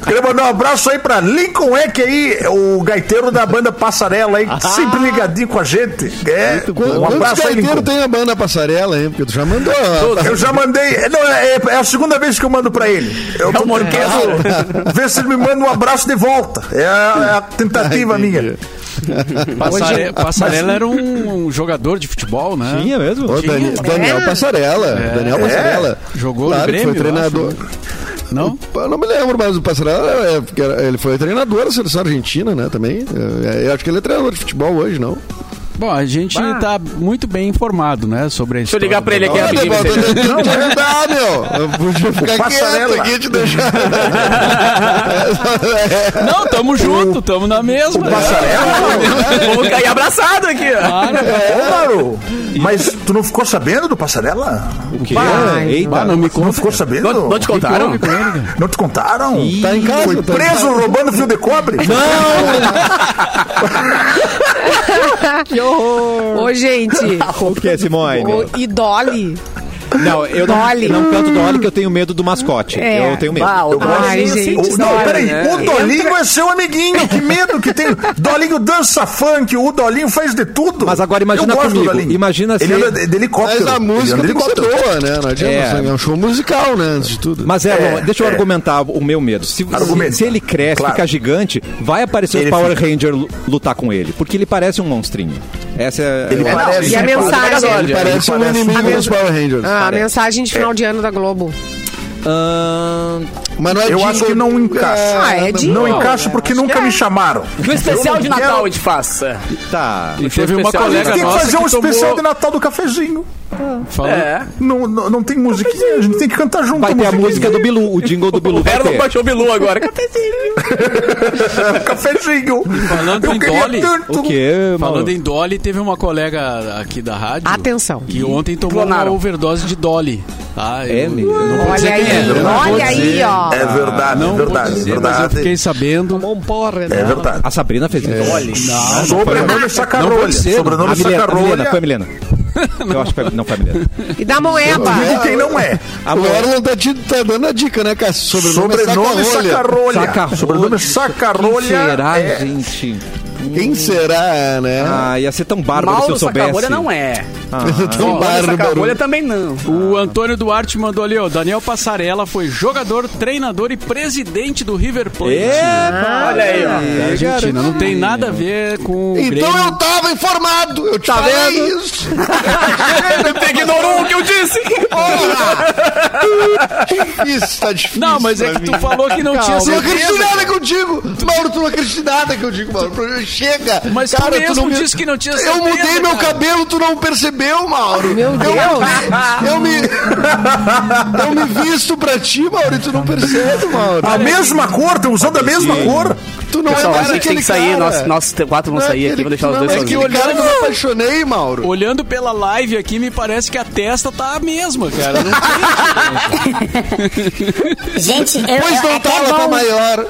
S7: queria mandar um abraço aí pra Lincoln Eck aí, o gaiteiro da banda Passarela aí, sempre ligadinho com a gente. É, um
S8: Quantos
S7: abraço aí,
S8: gaiteiros
S7: Lincoln.
S8: tem a banda passarela, hein? Porque tu já mandou.
S7: Eu já mandei. é, Não, é, é a segunda vez que eu mando pra ele. Eu tô tentando ver se ele me manda um abraço de volta. É a, é a tentativa minha.
S6: Passare... Passarela era um, um jogador de futebol, né?
S9: é
S1: Tinha é mesmo?
S8: Ô,
S6: Tinha.
S8: Dani- Daniel Passarela. Daniel Passarela.
S6: Jogou
S8: Claro,
S6: no
S8: que
S6: Grêmio,
S8: foi treinador.
S6: Não?
S8: Eu não me lembro, mas o Passarela, é, porque era- ele foi treinador da seleção argentina, né, também. É, Eu acho que ele é treinador de futebol hoje, não.
S6: Bom, a gente tá muito bem informado, né, sobre a
S2: Deixa eu ligar
S7: É
S2: pra ele aqui
S8: Olha,
S2: rapidinho.
S8: Paulo,
S2: Vicente.
S8: Ah, eu tenho que te ajudar, meu. Eu podia ficar quieto
S7: Passarela.
S8: aqui e te
S7: é um
S8: deixar.
S6: Não, tamo junto, tamo na mesma.
S2: Vamos cair abraçado aqui, ó.
S6: Cara,
S7: Ô, Mauro, mas tu não ficou sabendo do Passarela?
S1: O quê?
S7: Bah,
S1: Eita.
S6: ah, não me
S7: Tu não
S6: conta.
S7: ficou sabendo?
S2: Não, não te contaram?
S7: Não te contaram?
S8: Tá em casa,
S7: Foi
S8: tá em
S7: preso
S8: casa.
S7: roubando fio de cobre? Não!
S5: Ô, gente,
S1: O que é, Simone?
S5: o Idole.
S1: Não, eu não,
S5: Dolly.
S1: não canto Dolly que eu tenho medo do mascote.
S5: É.
S1: Eu tenho medo.
S2: Ah, o
S5: Ai,
S2: Brasil sim,
S5: gente,
S7: assim, O, não,
S5: história,
S7: peraí,
S2: né?
S7: o Dolinho é seu amiguinho, que medo que tem. Dolinho dança funk, o Dolinho faz de tudo.
S1: Mas agora imagina
S7: Eu gosto do
S1: comigo,
S7: Dolinho.
S1: imagina assim. se-
S7: Ele anda de helicóptero.
S8: Mas a
S7: ele
S8: música
S7: anda de
S8: tem que ser
S7: helicóptero.
S8: boa, né? Não adianta.
S1: É.
S8: É. um show musical, né, antes de tudo.
S1: Mas é,
S7: É,
S1: Roma, deixa eu
S7: é.
S1: argumentar o meu medo. Se,
S7: Argumenta.
S1: se- se ele cresce,
S7: Claro.
S1: fica gigante, vai aparecer
S7: Ele
S1: o Power
S7: fica.
S1: Ranger lu- lutar com ele. Porque ele parece um monstrinho. Essa é.
S7: Ele
S1: é-
S7: parece.
S8: um
S5: E a
S7: ele
S5: mensagem?
S6: é
S8: Ele parece um
S7: parece.
S8: inimigo
S7: A
S8: dos Power Rangers.
S5: Ah, a mensagem de final de ano da Globo.
S1: Ahn,
S8: Mas não é
S7: Eu acho
S8: jingle.
S7: que não encaixa.
S5: Ah, é de
S7: Não
S5: novo,
S7: encaixa porque nunca
S6: é.
S7: me chamaram.
S2: No especial de
S7: Eu não quero-
S2: Natal a gente faça.
S1: tá.
S6: E teve uma
S2: Especial. né?
S7: A gente
S6: colega
S7: tem que
S6: nossa
S7: fazer um
S6: que tomou-
S7: especial de Natal do cafezinho.
S6: Falou-
S2: É.
S7: Não, não, não tem musiquinha, a gente tem que cantar junto.
S1: Vai ter a
S7: musiquinha.
S1: música do Bilu, o jingle do Bilu.
S2: O
S1: Vai
S2: Vera não
S1: ter.
S2: baixou o Bilu agora. Catezinho.
S7: cafezinho.
S6: Falando
S7: Eu
S6: em
S7: queria
S6: Dolly,
S7: tanto.
S1: O quê,
S6: Falando
S1: Mauro?
S6: em Dolly, teve uma colega aqui da rádio.
S5: Atenção.
S6: Que ontem tomou
S2: Clonaram.
S6: uma overdose de Dolly. Tá?
S1: É
S6: Eu
S1: mesmo?
S6: Não vou dizer
S5: Olha aí,
S6: quem é. eu não vou
S5: olha aí,
S6: dizer.
S5: ó.
S7: É verdade,
S6: Ah, Não vou
S7: verdade, é
S6: dizer, mas eu
S7: verdade.
S6: fiquei sabendo.
S7: É verdade.
S1: A Sabrina fez isso. Olha.
S6: Não,
S7: Sobrenome
S6: Não
S7: Sacarolha.
S6: pode ser.
S1: A
S7: Sobrenome
S1: Milena, a Milena, foi a
S7: Sacarolha.
S1: Milena. Eu acho que foi, não foi a Milena.
S5: E da moeba.
S7: E quem não é?
S1: A
S8: O
S1: Milena
S8: Erlon tá, te- tá dando a dica, né, Cássio? Sobrenome,
S7: Sobrenome
S8: é Sacarolha.
S7: Sacarolha.
S1: Sacarolha.
S7: Sobrenome Sacarolha.
S1: Quem será,
S7: é-
S1: gente?
S8: Quem será, né? um
S1: Ah, ia ser tão bárbaro se
S2: Mauro
S1: eu soubesse.
S2: Sacabolha não é.
S7: Ah,
S8: Tão
S2: Mauro Sacabolha
S8: bárbaro.
S2: também não.
S6: O Antônio Duarte mandou ali, ó. Daniel Passarella foi jogador, treinador e presidente do River Plate. É,
S1: Epa,
S2: Olha aí, ó.
S6: Da
S1: É,
S6: Argentina. Não tem nada a ver com o
S8: Então
S6: Grêmio.
S8: eu tava informado. Eu te falei isso.
S2: Você ignorou o que eu disse.
S8: Isso tá difícil.
S6: Não, mas Ah, é
S8: pra
S6: que
S8: mim.
S6: tu falou que não tinha
S8: Eu não acredito em
S6: certeza.
S8: nada que eu digo. Mauro, tu não acredita em nada que eu digo, Mauro. Chega.
S6: Mas tu
S8: cara,
S6: mesmo
S8: não me-
S6: disse que não tinha
S8: Eu
S6: certeza,
S8: mudei meu
S6: cara.
S8: cabelo, tu não percebeu, Mauro.
S5: Meu Deus.
S8: Eu me... eu me visto pra ti, Mauro, e tu não percebe, Mauro.
S7: A mesma cor, estão usando a mesma cor.
S8: Ah, Tu não
S2: Pessoal, a
S8: é mais
S2: gente tem
S8: aquele
S2: que sair.
S8: cara.
S2: Nós, nós quatro vamos
S8: Não é
S2: sair aqui.
S8: aquele-
S2: Vou deixar os
S8: não,
S2: dois
S8: é aquele
S2: sozinhos.
S8: cara que eu me apaixonei, Mauro.
S6: Olhando pela live aqui, me parece que a testa tá a mesma, cara. Não tem-
S4: Gente, eu,
S8: Pois
S4: eu, é
S8: não tá,
S4: até
S8: ela tá
S4: bom
S8: maior.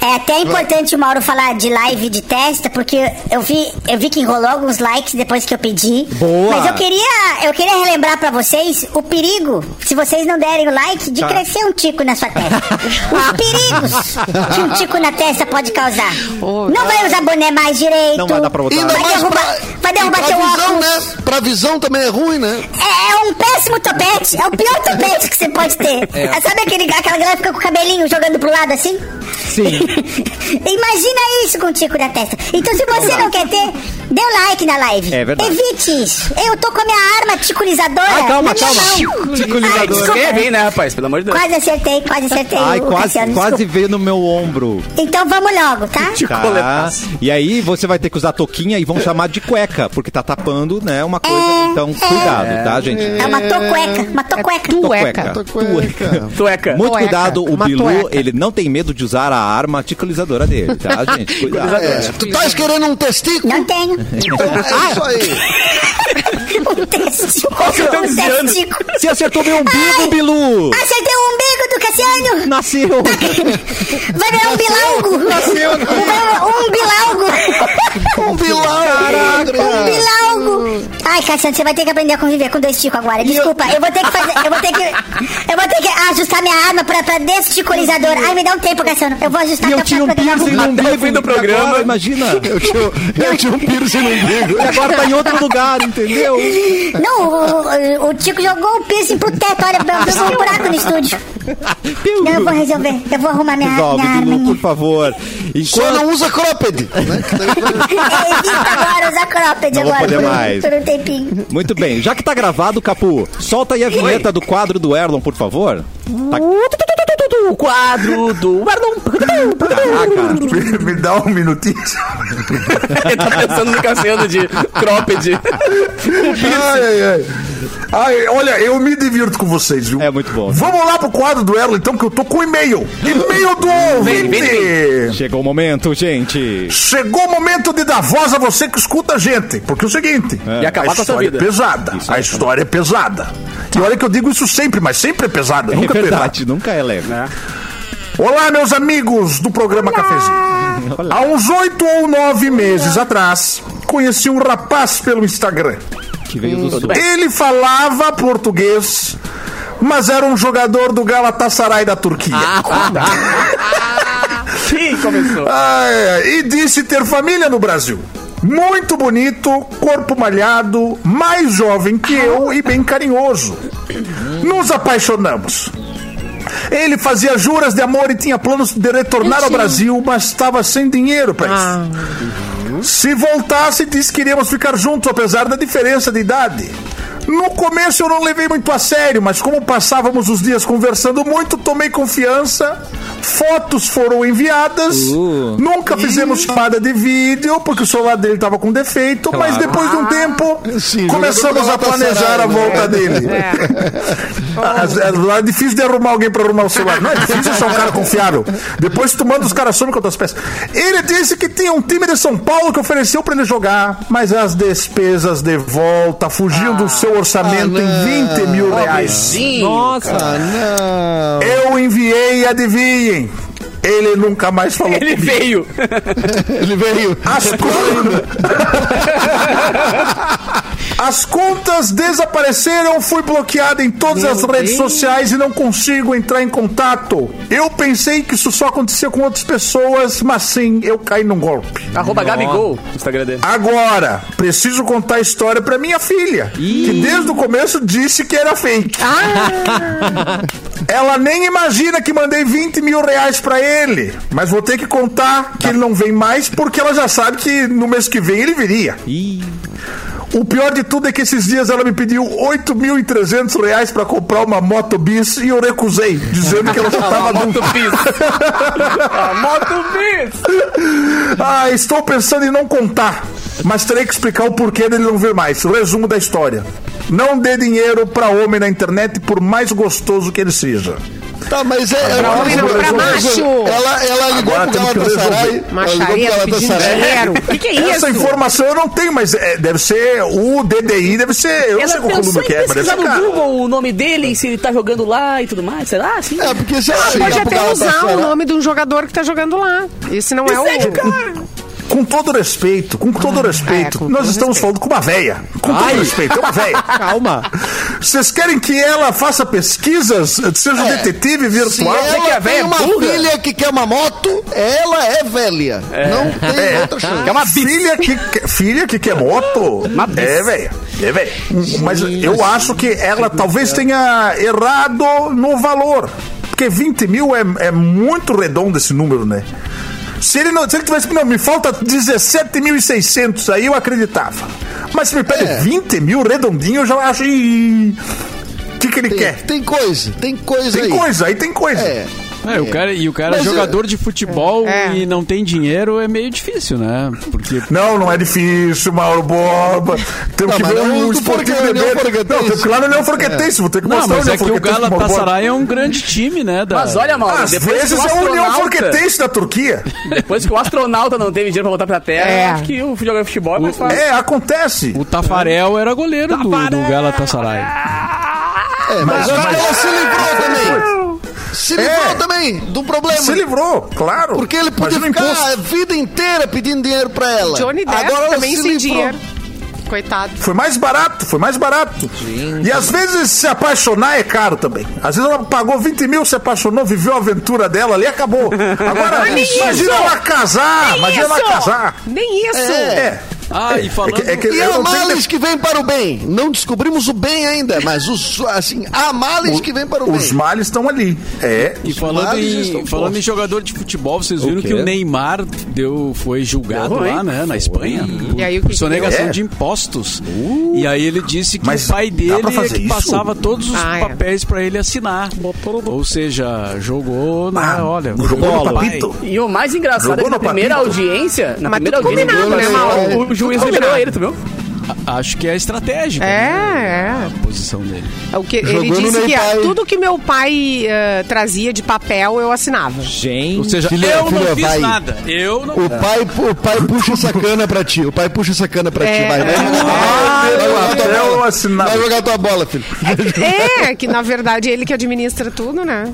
S4: É até importante o Mauro falar de live de testa, porque eu vi, eu vi que enrolou alguns likes depois que eu pedi.
S1: Boa!
S4: Mas eu queria, eu queria relembrar pra vocês o perigo, se vocês não derem o like,
S1: Tá.
S4: de crescer um tico na sua testa. Os perigos que um tico na testa pode causar. não vai usar boné mais direito.
S1: Não vai dar pra botar.
S8: Ainda
S4: Vai
S8: mais
S4: derrubar,
S8: pra...
S4: vai
S8: e
S4: derrubar
S8: pra
S4: teu
S8: visão,
S4: óculos.
S8: né? Pra visão também é ruim, né?
S4: É, é um péssimo topete. É o pior topete que você pode ter. É, Sabe aquele, aquela galera que fica com o cabelinho jogando pro lado assim? Sim. Imagina isso com um tico na testa. Então, se você não quer ter, Dê o like na live.
S1: É verdade.
S4: Evite isso. Eu tô com a minha arma ticulizadora.
S1: Ai, calma,
S4: na minha
S1: calma.
S4: mão.
S1: Ticulizadora.
S4: Ai, desculpa.
S2: Quer vir, né, rapaz? Pelo amor de Deus.
S4: Quase acertei, quase acertei.
S1: Ai,
S4: o
S1: quase,
S4: Cassiano,
S1: quase
S4: desculpa.
S1: veio no meu ombro.
S4: Então vamos logo, tá?
S1: Tá. E aí você vai ter que usar toquinha e vão chamar de cueca, porque tá tapando, né, uma coisa. então, cuidado, tá, gente?
S4: É uma tocueca, uma
S1: É
S4: tocueca.
S5: Tueca.
S8: Tá cueca.
S2: Tueca.
S1: Muito
S5: Cueca.
S1: cuidado, o
S5: Uma
S1: Bilu,
S5: cueca.
S1: ele não tem medo de usar a arma ticulizadora dele, tá, gente? Cuidado.
S8: É, tu tá querendo um testículo?
S4: Não tá. tenho.
S8: Então é isso aí.
S4: Um testículo.
S2: eu
S1: tá
S2: tô
S4: Um
S2: dizendo?
S4: testículo.
S1: Você acertou meu umbigo, Bilu!
S4: Acertei o umbigo do Cassiano.
S1: Nasceu!
S4: Vai virar um bilalgo!
S8: Um
S4: Um bilalgo!
S8: vilão.
S4: Um bilalgo! Ai, Cassiano, você vai ter que aprender a conviver com dois ticos agora. Desculpa, eu vou ter que fazer. Eu vou ter que. Eu vou ter que ajustar minha arma pra, pra desticulizador. Ai, me dá um tempo, Cassiano. Eu vou ajustar
S1: E eu
S4: até
S1: tinha
S4: o
S1: um
S4: final do
S1: piercing no umbigo.
S2: Até o
S4: programa.
S2: fim do
S1: e
S2: programa.
S1: agora, imagina!
S8: Eu tinha, eu tinha um piercing no umbigo.
S1: E agora tá em outro lugar, entendeu?
S4: Não, o, o, o Tico jogou o piercing pro teto. Olha, pegou um buraco no estúdio. Não, eu vou resolver. Eu vou arrumar minha,
S1: Resolve,
S4: minha arma.
S1: Bilu, por
S4: minha-
S1: favor.
S8: Só
S1: Enquanto...
S8: não usa cropped. Né?
S4: Evita agora usar cropped
S1: Não vou
S4: agora
S1: poder
S4: por, um-
S1: mais.
S4: por um tempinho.
S1: Muito bem, já que tá gravado, Capu, solta aí a vinheta do quadro do Erlon, por favor.
S2: O quadro do Marlon.
S1: Caraca!
S7: Me, me dá um minutinho.
S2: Ele tá pensando no Cassiano de cropped.
S7: Ai, ai, ai. Ai, olha, eu me divirto com vocês, viu?
S1: É muito bom.
S7: Vamos lá pro quadro do Erlo, então, que eu tô com e-mail. E-mail do ouvinte!
S1: Chegou o momento, gente!
S7: Chegou o momento de dar voz a você que escuta a gente. Porque é o seguinte:
S2: E acabar com a sua
S7: história
S2: vida. tá
S7: é pesada. a história é pesada. E olha que eu digo isso sempre, mas sempre é pesada.
S1: É
S7: nunca é pesada.
S1: verdade, nunca é leve.
S9: Né?
S7: Olá, meus amigos do programa Cafezinho. Há uns oito ou nove meses atrás, conheci um rapaz pelo Instagram.
S1: Que veio do sul.
S7: Ele falava português, mas era um jogador do Galatasaray da Turquia.
S1: Ah,
S2: Sim, começou.
S7: Ai, ai, e disse ter família no Brasil. Muito bonito, corpo malhado, mais jovem que eu e bem carinhoso. Nos apaixonamos. Ele fazia juras de amor e tinha planos de retornar ao Brasil, mas estava sem dinheiro para isso. Se voltasse, disse que iríamos ficar juntos, apesar da diferença de idade. No começo eu não levei muito a sério, mas como passávamos os dias conversando muito, tomei confiança. Fotos foram enviadas.
S8: Uh.
S7: Nunca fizemos chamada de vídeo, porque o celular dele estava com defeito, mas depois de um tempo
S8: Sim,
S7: começamos
S8: jogador
S7: a
S8: do Galatasaray,
S7: planejar a
S8: né?
S7: volta dele. Ah, É lá é difícil de arrumar alguém pra arrumar o celular. Não é difícil achar um cara confiável. Depois tu manda os caras somem com as tuas peças. Ele disse que tinha um time de São Paulo que ofereceu pra ele jogar, mas as despesas de volta fugiam do seu orçamento em 20 mil reais.
S2: Sim.
S8: Ah, não.
S7: Eu enviei e adivinhem. Ele nunca mais falou
S2: Ele
S7: comigo.
S2: veio.
S8: Ele veio.
S7: As contas... As contas desapareceram, fui bloqueado em todas as redes sociais e não consigo entrar em contato. Eu pensei que isso só acontecia com outras pessoas, mas sim, eu caí num golpe.
S2: Arroba Gabigol. no Instagram dele.
S7: Agora, preciso contar a história pra minha filha, que desde o começo disse que era fake. Ela nem imagina que mandei 20 mil reais pra ele, mas vou ter que contar que ele não vem mais porque ela já sabe que no mês que vem ele viria.
S1: Ih,
S7: O pior de tudo é que esses dias ela me pediu 8.300 reais pra comprar uma moto bis e eu recusei, dizendo que ela já tava
S2: Moto
S7: dando.
S2: Bis. A Moto Bis.
S7: Ah, estou pensando em não contar, mas terei que explicar o porquê dele não vir mais. Resumo da história. Não dê dinheiro pra homem na internet, por mais gostoso que ele seja.
S8: Tá, mas é. é
S7: homem não, pra
S5: macho.
S8: Ela, ela ligou
S7: Agora
S2: tá
S8: pro
S7: temos que
S8: Galatasaray.
S7: resolver.
S8: Ela ligou pro
S5: Macharia pedindo
S8: Galatasaray.
S5: dinheiro. O que, que é isso?
S7: Essa informação eu não tenho, mas é, deve ser o DDI, deve ser. Eu não sei
S2: Ela
S7: qual coluna
S2: pensou
S7: que
S2: em
S7: é, mas deve
S2: pesquisar
S7: ser.
S2: no
S7: cara.
S2: Google o nome dele, se ele tá jogando lá e tudo mais. Será? Sim.
S8: É, porque se ela
S5: Pode
S8: ligar pro
S5: até usar
S8: Galatasaray-
S5: o nome de um jogador que tá jogando lá. Esse não é o.
S7: Com todo respeito, com todo respeito,
S5: é, com
S7: nós
S5: todo
S7: estamos
S5: respeito.
S7: falando com uma véia. Com
S1: Ai.
S7: todo respeito, é uma véia.
S1: calma!
S7: Vocês querem que ela faça pesquisas, seja um detetive
S8: Se
S7: virtual?
S8: ela
S2: que a véia
S8: tem
S2: é
S8: uma
S2: burra?
S8: filha que quer uma moto, ela é velha. Não tem outra chance.
S7: uma filha que, que- filha que quer moto? É, velho. É, velho. Mas eu acho que ela talvez tenha errado no valor. Porque 20 mil é, é muito redondo esse número, né? Se ele, não, se ele tivesse, não, me falta 17.600, aí eu acreditava. Mas se me pede
S8: É.
S7: 20 mil redondinho, eu já acho. "Ih, O que, que ele
S8: Tem,
S7: quer?
S8: tem coisa, tem coisa
S7: Tem
S8: aí.
S7: coisa, aí tem coisa.
S8: É.
S6: É, o cara, e o cara é
S8: Mas,
S6: jogador de futebol
S5: É.
S6: e não tem dinheiro é meio difícil, né? Porque
S7: Não, não é difícil, Mauro Borba. Temos
S8: Não,
S7: que
S8: mas
S7: ver
S8: não é
S7: um
S8: do
S7: esportivo
S8: Forca-
S7: de
S8: não é o
S7: dentro. Não,
S8: Forquetense.
S7: tem- claro, não é o Forquetense, vou ter que
S6: Não,
S7: mostrar
S6: mas
S7: União
S6: é que o
S7: Forquetense pro Mauro Borba.
S6: Galatasaray é um grande time, né? da-
S2: Mas olha, Mauro,
S7: Às
S2: depois
S7: vezes
S2: que
S7: é
S2: o
S7: o União
S2: astronauta,
S7: Forquetense da Turquia.
S2: depois que o astronauta não teve dinheiro pra voltar pra Terra,
S5: É.
S2: acho que o jogador de futebol é mais fácil.
S7: É, acontece.
S6: O Tafarel era goleiro do, do Galatasaray.
S8: É, mas, olha que ela se livrou também. Se livrou
S7: É.
S8: também do problema.
S7: Se livrou, claro.
S8: Porque ele podia
S7: Imagina o
S8: ficar
S7: imposto.
S8: a vida inteira pedindo dinheiro pra ela.
S5: Johnny Depp
S8: Agora ela
S5: também sem
S8: se livrou.
S5: dinheiro. Coitado.
S7: Foi mais barato, foi mais barato. E às vezes se apaixonar é caro também. Às vezes ela pagou 20 mil, se apaixonou, viveu a aventura dela ali e acabou. Agora,
S5: nem
S7: imagina
S5: isso.
S7: ela casar,
S5: Nem
S7: imagina ela
S5: isso.
S7: casar.
S5: Nem isso.
S7: É.
S6: Ah, e falando...
S7: É que, é que
S8: E
S7: eu
S8: há
S7: não tenho
S8: males que vem para o bem. Não descobrimos o bem ainda, mas os, assim, há males que vem para o
S7: Os
S8: bem.
S7: males estão ali. É.
S6: E falando,
S8: mares
S6: em,
S8: estão
S6: falando em
S8: postos.
S6: jogador de futebol, vocês viram
S1: O quê?
S6: que o Neymar deu, foi julgado
S2: Deu, hein?
S6: lá, né, na Espanha, por,
S5: E aí, o
S6: por
S5: que É. que
S6: sonegação
S7: deu?
S6: de impostos. e aí ele disse que
S7: Uh. Mas
S6: o pai
S7: dá
S6: dele
S7: pra
S6: é
S7: fazer
S6: que
S7: isso?
S6: passava todos os
S5: Ah, é.
S6: papéis pra ele assinar. Ou seja, jogou na, olha,
S7: Ah, Jogou no
S6: bola.
S7: papito.
S2: E o mais engraçado é
S7: Jogou
S2: que na
S7: no
S2: primeira
S7: papito.
S2: audiência, na
S5: Mas
S2: primeira
S5: tudo
S2: audiência,
S5: combinado,
S8: né, Mauro?
S2: o juiz
S5: Tudo
S2: liberou
S5: combinado.
S2: ele, tu viu?
S6: Acho que é estratégica né,
S5: É,
S6: a posição dele.
S5: É o que ele
S8: Jogando
S5: disse
S8: no
S5: que
S8: Nepal.
S5: ah, tudo que meu pai eh, trazia de papel eu assinava.
S1: Gente.
S6: Ou seja,
S8: Filha-
S6: eu não
S8: filha,
S6: fiz
S8: vai.
S6: nada. Eu não...
S8: O pai, o pai puxa sacana pra ti. O pai puxa sacana pra
S5: É. Ah,
S8: ti. Vai, vai, jogar tua bola. vai, jogar tua
S7: Até eu
S8: bola.
S7: assinava.
S8: Vai jogar tua bola, filho.
S5: É, que na verdade é ele que administra tudo, né?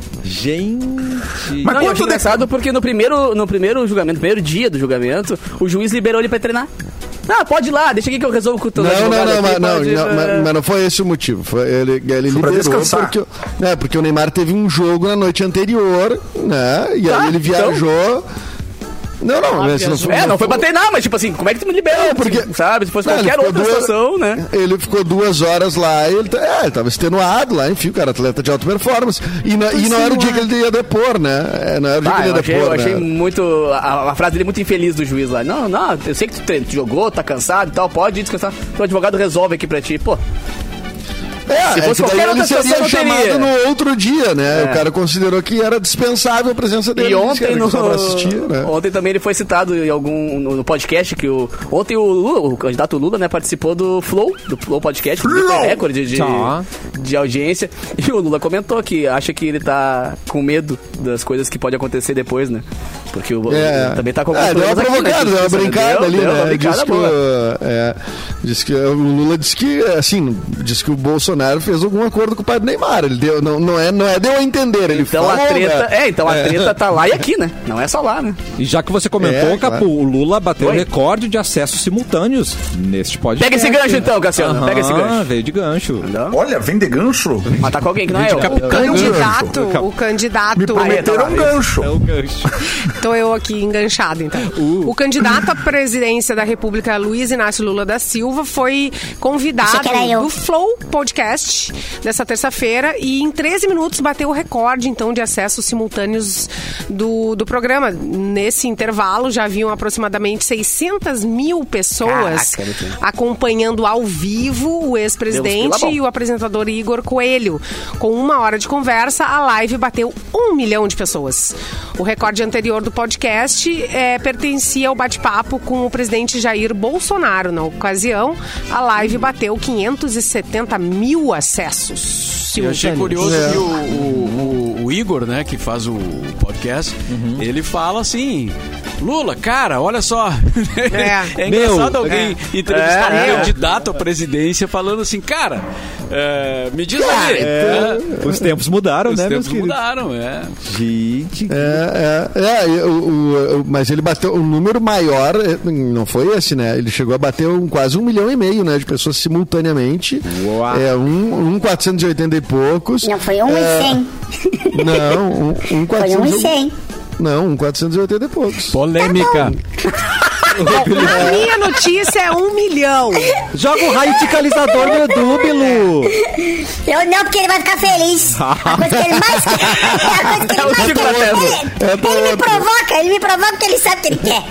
S1: Gente.
S7: Mas
S2: Não, e eu
S7: quanto
S2: achei
S7: de...
S2: engraçado porque no primeiro, no primeiro julgamento, no primeiro dia do julgamento, o juiz liberou ele pra treinar. Ah, pode ir lá, deixa aqui que eu resolvo com o teu
S8: Não, não,
S2: advogado
S8: não,
S2: aqui,
S8: mas não,
S2: pode ir,
S8: não,
S2: né?
S8: mas- mas não foi esse o motivo. Foi ele ele
S7: Foi pra
S8: liberou
S7: descansar.
S8: porque, o- né, porque o Neymar teve um jogo na noite anterior, né? E
S2: Tá,
S8: aí
S2: então.
S8: ele viajou. Não, não, esse não foi,
S2: É, não foi pra treinar, mas tipo assim, como é que tu me libera?
S8: É, porque-
S2: Sabe, se fosse
S8: Não, ele
S2: qualquer
S8: ficou
S2: outra
S8: duas-
S2: situação, né?
S8: Ele ficou duas horas lá, ele, tá- é, ele tava extenuado lá, enfim, o cara é atleta de alta performance. E, na- e não era o dia que ele ia depor, né? É, não era o dia que
S2: Ah,
S8: ele
S2: eu
S8: ia
S2: achei, eu
S8: depor.
S2: achei
S8: né?
S2: muito. A, a frase dele é muito infeliz do juiz lá. Não, não, eu sei que tu, treina, tu jogou, tá cansado e tal, pode descansar. Teu advogado resolve aqui pra ti. Pô,
S8: É,
S2: Se
S8: é
S2: fosse
S8: que daí
S2: qualquer
S8: ele
S2: outra situação,
S8: seria
S2: não teria. É.
S8: chamado no outro dia, né? O cara considerou que era dispensável a presença dele.
S2: E
S8: ele disse que
S2: ontem
S8: era
S2: no...
S8: só pra assistir, né?
S2: Ontem também ele foi citado em algum no no podcast que o ontem o Lula, o candidato Lula, né, participou do Flow, do Flow podcast, que
S7: Flow!
S2: bateu recorde de,
S1: Tá.
S2: de audiência. E o Lula comentou que acha que ele tá com medo das coisas que pode acontecer depois, né? Porque o
S8: É.
S2: ele também tá com alguns
S8: é, deu uma
S2: problemas aqui, né,
S8: provocada, deu uma
S2: justiça, né?
S8: brincada
S2: Deu-
S8: ali,
S2: deu uma
S8: né?
S2: brincada
S8: Diz que,
S2: boa.
S8: o- é, diz que o Lula disse que, assim, diz que o Bolsonaro fez algum acordo com o pai do Neymar. Ele deu, não, não, é, não é deu a entender, ele
S2: Então
S8: falou,
S2: a treta,
S8: né?
S2: é, então a treta tá lá e aqui, né? Não é só lá, né?
S1: E já que você comentou,
S8: É,
S1: Capu,
S8: claro.
S1: o Lula bateu
S2: Oi?
S1: recorde de acessos simultâneos neste podcast.
S2: Pega esse gancho então, Cassiano,
S1: Aham,
S2: pega esse gancho.
S1: veio de gancho.
S7: Olha, vende gancho.
S2: Mas tá com alguém que não é eu.
S5: O candidato, o
S7: Me
S5: candidato.
S7: prometeram
S2: tá,
S7: um gancho.
S1: É o gancho.
S5: Tô eu aqui enganchada, então. O candidato à presidência da República, Luiz Inácio Lula da Silva, foi
S4: Achei
S5: convidado
S4: que era eu.
S5: do Flow Podcast dessa terça-feira e em 13 minutos bateu o recorde, então, de acessos simultâneos do, do programa. Nesse intervalo já haviam aproximadamente 600 mil pessoas
S2: Caraca, meu
S5: acompanhando ao vivo o
S2: Deus,
S5: ex-presidente
S2: pila bom.
S5: e o apresentador Igor Coelho. Com uma hora de conversa, a live bateu um milhão de pessoas. O recorde anterior do podcast eh, pertencia ao bate-papo com o presidente Jair Bolsonaro. Na ocasião, a live bateu 570 mil acessos.
S6: Eu achei curioso
S8: É.
S6: que o, o- o- o Igor, né, que faz o podcast, ele fala assim: Lula, cara, olha só. É,
S5: É.
S6: engraçado
S1: Meu.
S6: alguém entrevistar
S2: É,
S6: um
S2: é.
S6: candidato à presidência falando assim, cara, é, me diz aí. né?
S1: Os tempos mudaram,
S6: Os
S1: né, meus
S6: tempos
S1: queridos?
S6: mudaram, é.
S1: Gente,
S8: É, é, é e o- o- o- mas ele bateu o número maior, eh, não foi esse, né? Ele chegou a bater um, quase um milhão e meio, né? De pessoas simultaneamente.
S1: Uau.
S8: É, um, um 480 e poucos.
S4: Não foi um
S8: É,
S4: e cem.
S8: Não, um, um
S4: Foi um
S1: É,
S8: 400
S4: e cem.
S8: Não, um 480 e poucos.
S1: polêmica.
S5: A minha notícia é um milhão.
S1: Joga o raio ticalizador no Edu, Bilu.
S4: Eu não, porque ele vai ficar feliz. A coisa que ele mais quer. A coisa que ele mais
S2: É Chico É da
S4: quer. Ele, ele me provoca, ele me provoca porque ele sabe o que ele quer.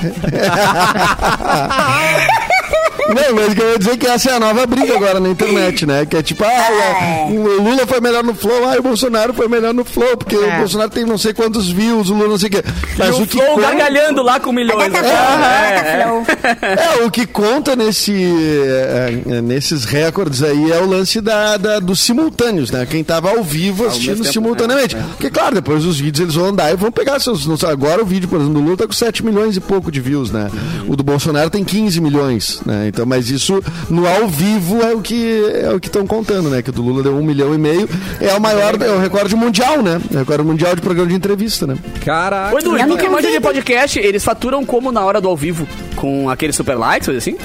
S8: Não, mas o que eu ia dizer é que essa é a nova briga agora na internet, né? Que é tipo, ah, o o Lula foi melhor no Flow, ah, o Bolsonaro foi melhor no Flow, porque o Bolsonaro tem não sei quantos views, o Lula não sei o quê.
S2: É. E
S8: Mas
S2: o
S8: o que
S2: Flow
S8: conta-
S2: gargalhando lá com milhões.
S4: Tá
S2: É,
S4: flow, tá flow.
S8: É, o que conta nesse, é, é, nesses recordes aí é o lance da, da- dos simultâneos, né? Quem tava ao vivo assistindo simultaneamente. Porque, claro, depois os vídeos eles vão andar e vão pegar seus. não sei, Agora o vídeo, por exemplo, do Lula tá com 7 milhões e pouco de views, né? O do Bolsonaro tem 15 milhões, né? Então, mas isso no ao vivo é o que é o que estão contando, né? Que o do Lula deu 1 milhão e meio. É o maior, é o recorde mundial, né? É o recorde mundial de programa de entrevista, né?
S1: Caraca.
S2: Ô, Edu,
S4: Não
S2: tu
S4: me
S2: que manja de
S4: convida.
S2: podcast, eles faturam como na hora do ao vivo? Com aqueles super likes, coisa assim?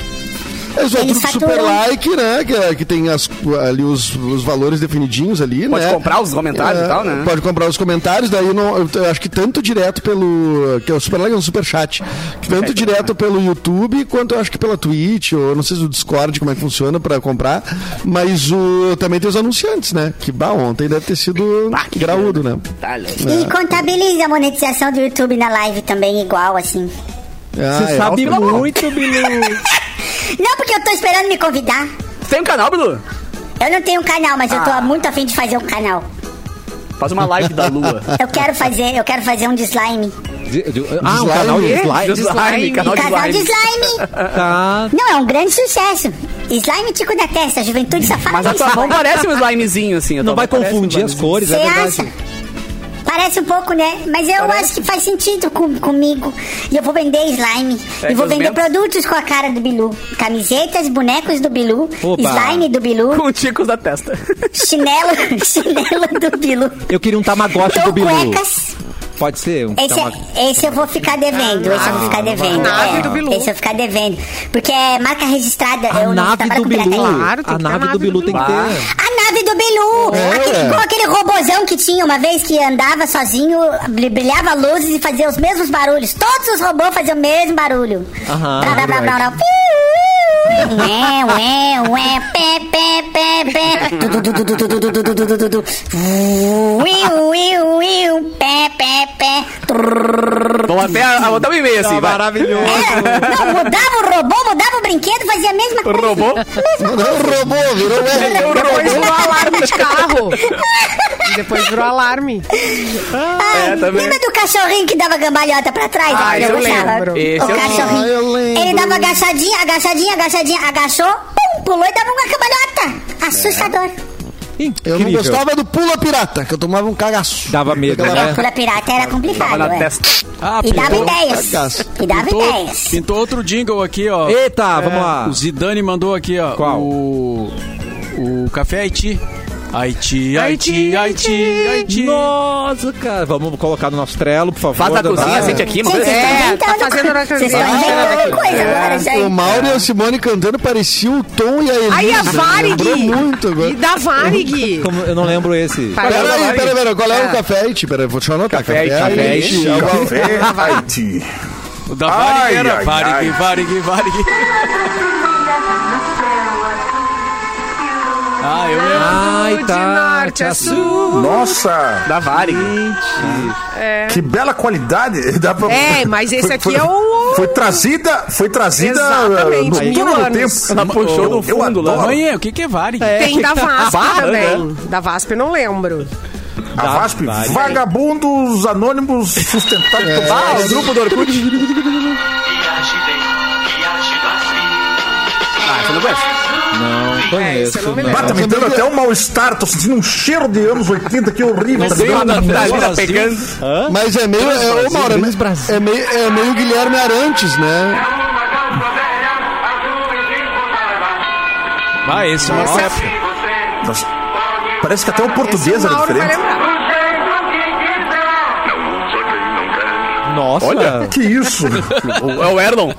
S8: Eles vão
S4: Eles
S8: tudo
S4: faturam.
S8: super like, né? Que, é- que tem as- ali os, os valores definidinhos ali,
S2: Pode
S8: né?
S2: comprar os comentários
S8: É,
S2: e tal, né?
S8: Pode comprar os comentários, daí não, eu, eu acho que tanto direto pelo. Que é o super like é um super chat.
S2: É,
S8: Tanto direto pelo YouTube, quanto eu acho que pela Twitch, ou eu não sei se o Discord, como é que funciona pra comprar. Mas o, também tem os anunciantes, né? Que bah, ontem deve ter sido
S2: Ah, que
S8: graúdo, né?
S2: Tá, louco.
S4: E contabiliza a monetização do YouTube na live também, igual, assim.
S8: Ah,
S1: Você
S8: é,
S1: sabe
S8: ó,
S1: muito, Bilu.
S4: Não, porque eu tô esperando me convidar.
S2: Tem um canal, Bilu?
S4: Eu não tenho um canal, mas eu
S2: Ah.
S4: tô muito afim de fazer um canal.
S2: Faz uma live da lua.
S4: Eu quero fazer, eu quero fazer um de slime.
S1: De- de- ah, um canal de slide.
S2: Slime, canal
S4: Um
S2: de
S4: casal de
S2: slime. Ah.
S4: slime.
S1: Tá.
S4: Não, é um grande sucesso. Slime Tico da Testa, Juventude Safada.
S2: Mas a tua mão parece um slimezinho, assim. a
S1: Não vai
S2: tua mão parece um
S1: confundir as
S2: slimezinho.
S1: cores,
S4: Você
S1: é
S4: acha?
S1: verdade.
S4: Parece um pouco, né? Mas eu acho que faz sentido com- comigo. E eu vou vender slime.
S2: É,
S4: e vou vender
S2: meus
S4: produtos com a cara do Bilu. Camisetas, bonecos do Bilu,
S1: Opa.
S4: slime do Bilu,
S2: Com ticos um da testa.
S1: assim?
S4: chinelo, chinelo do Bilu.
S1: Eu queria um tamagotchi do
S4: Ou
S1: Bilu.
S4: cuecas.
S1: Pode ser um
S4: Esse, é-
S1: tamagotchi.
S4: esse eu vou ficar devendo, esse eu vou
S1: Ah,
S4: ficar devendo.
S5: nave
S4: é.
S5: do Bilu.
S4: Esse eu vou ficar devendo. Porque é marca registrada.
S1: A
S4: eu não
S1: nave do
S4: trabalho com
S1: Bilu.
S4: pirataria.
S5: Claro, tem
S1: a
S5: que ter a
S1: nave do
S5: nave
S1: Bilu
S5: do
S1: tem que
S2: Bilu.
S1: ter.
S4: A nave do Bilu!
S8: É,
S4: aquele,
S8: ué.
S4: igual aquele robozão que tinha uma vez que andava sozinho, bri- brilhava luzes e fazia os mesmos barulhos. Todos os robôs faziam o mesmo barulho.
S1: Aham,
S4: blá, blá, blá, blá, blá. Piu, ué, ué, ué, pé, pé, pé, pé. Du, du, du, du, du, du, du, du, du, du, du, du, du. Uiu, uiu, uiu, pé, pé, pé.
S2: Vamos até botar um e-mail, assim, vai.
S1: Maravilhoso.
S4: É, não, mudava o robô, mudava o brinquedo, fazia a mesma coisa.
S2: Robô.
S8: Não,
S2: é.
S8: robô, virou
S4: Ele
S8: um
S5: Depois virou alarme de carro. E depois virou alarme.
S4: Ai,
S2: É, também.
S4: lembra do cachorrinho que dava gambalhota pra trás?
S2: Ah,
S4: Aquele
S2: esse eu
S4: gostava.
S2: lembro.
S4: O
S2: Esse eu
S4: cachorrinho.
S8: lembro. Ah, eu lembro.
S4: Ele dava agachadinha, agachadinha, agachadinha, agachou, pum, pulou e dava uma cambalhota. Assustador.
S8: Eu não
S1: Incrível.
S8: gostava do Pula Pirata, que eu tomava um cagaço.
S1: Dava medo,
S8: Aquela-
S1: né?
S4: É. Pula pirata era complicado,
S2: Na
S4: ué.
S2: testa.
S6: Ah,
S4: E dava
S6: pintou-
S4: ideias.
S8: cagaço.
S4: E dava
S6: pintou-
S4: ideias.
S6: Pintou outro jingle aqui, ó.
S1: Eita, vamos lá.
S6: O Zidane mandou aqui, ó.
S1: Qual?
S6: O, o Café Haiti. Haiti, Haiti,
S5: Haiti,
S6: Haiti, Haiti.
S1: Nossa, cara. Vamos colocar no nosso trelo, por favor.
S2: Faz a
S1: Dona-
S2: cozinha,
S1: Ah,
S2: sente aqui,
S4: Gente,
S2: mano.
S4: vocês estão
S5: É, tá
S4: inventando
S5: fazendo
S4: coisa.
S5: na
S4: Vocês estão
S5: cozinha.
S4: inventando coisa agora,
S8: é O
S4: gente.
S8: Mauro e a Simone cantando parecia o Tom e a Elisa.
S5: Aí a Varig.
S8: Lembrou muito agora.
S5: E da Varig.
S1: Como, eu não lembro esse.
S5: Tá.
S8: Peraí, peraí, peraí, peraí, qual é o café aí, Peraí, vou te anotar.
S2: Café,
S8: Café
S2: café,
S8: aí,
S2: café.
S8: algo-
S7: Café Haiti.
S6: O da
S7: Ai,
S6: Tá Varig era.
S7: ai,
S6: Varig,
S7: ai.
S6: Varig, Varig. Ah, eu lembro.
S1: Ai,
S5: de
S1: tá.
S5: norte a sul.
S7: Nossa,
S2: Da Varig.
S7: que bela qualidade. Dá pra...
S5: É, mas esse
S7: Foi-
S5: aqui
S7: foi-
S5: é o-
S7: Foi trazida, foi trazida
S5: Exatamente,
S7: no
S5: mil
S7: túnel do
S5: anos.
S7: tempo.
S2: puxou do
S7: eu
S2: fundo lá.
S7: adoro.
S6: Amanhã, o que, que é Varig?
S5: Tem né? da VASP
S2: Barra,
S6: né?
S5: também. Da VASP eu não lembro.
S7: A VASP, vagabundos anônimos sustentados por
S2: Ah, o grupo do Orkut. Ah, você não conhece? É,
S1: Não conheço. né?
S5: eu não me
S1: não.
S7: Bah, tá me dando até um mal-estar, tô sentindo um cheiro de anos 80 que horrível. Tá me
S2: Tem
S7: dando
S2: uma da
S7: um-
S2: vida
S6: Brasil.
S2: pegando.
S8: Mas é meio. É, ô, Mauro, é, meio- é meio, é meio Guilherme Arantes, né?
S6: Ah, esse é uma época.
S7: Nossa, Parece que até o português
S5: Esse é
S7: era
S5: Mauro vai
S7: diferente.
S5: lembrar.
S1: Nossa.
S7: Olha, que isso.
S2: É o Erlon.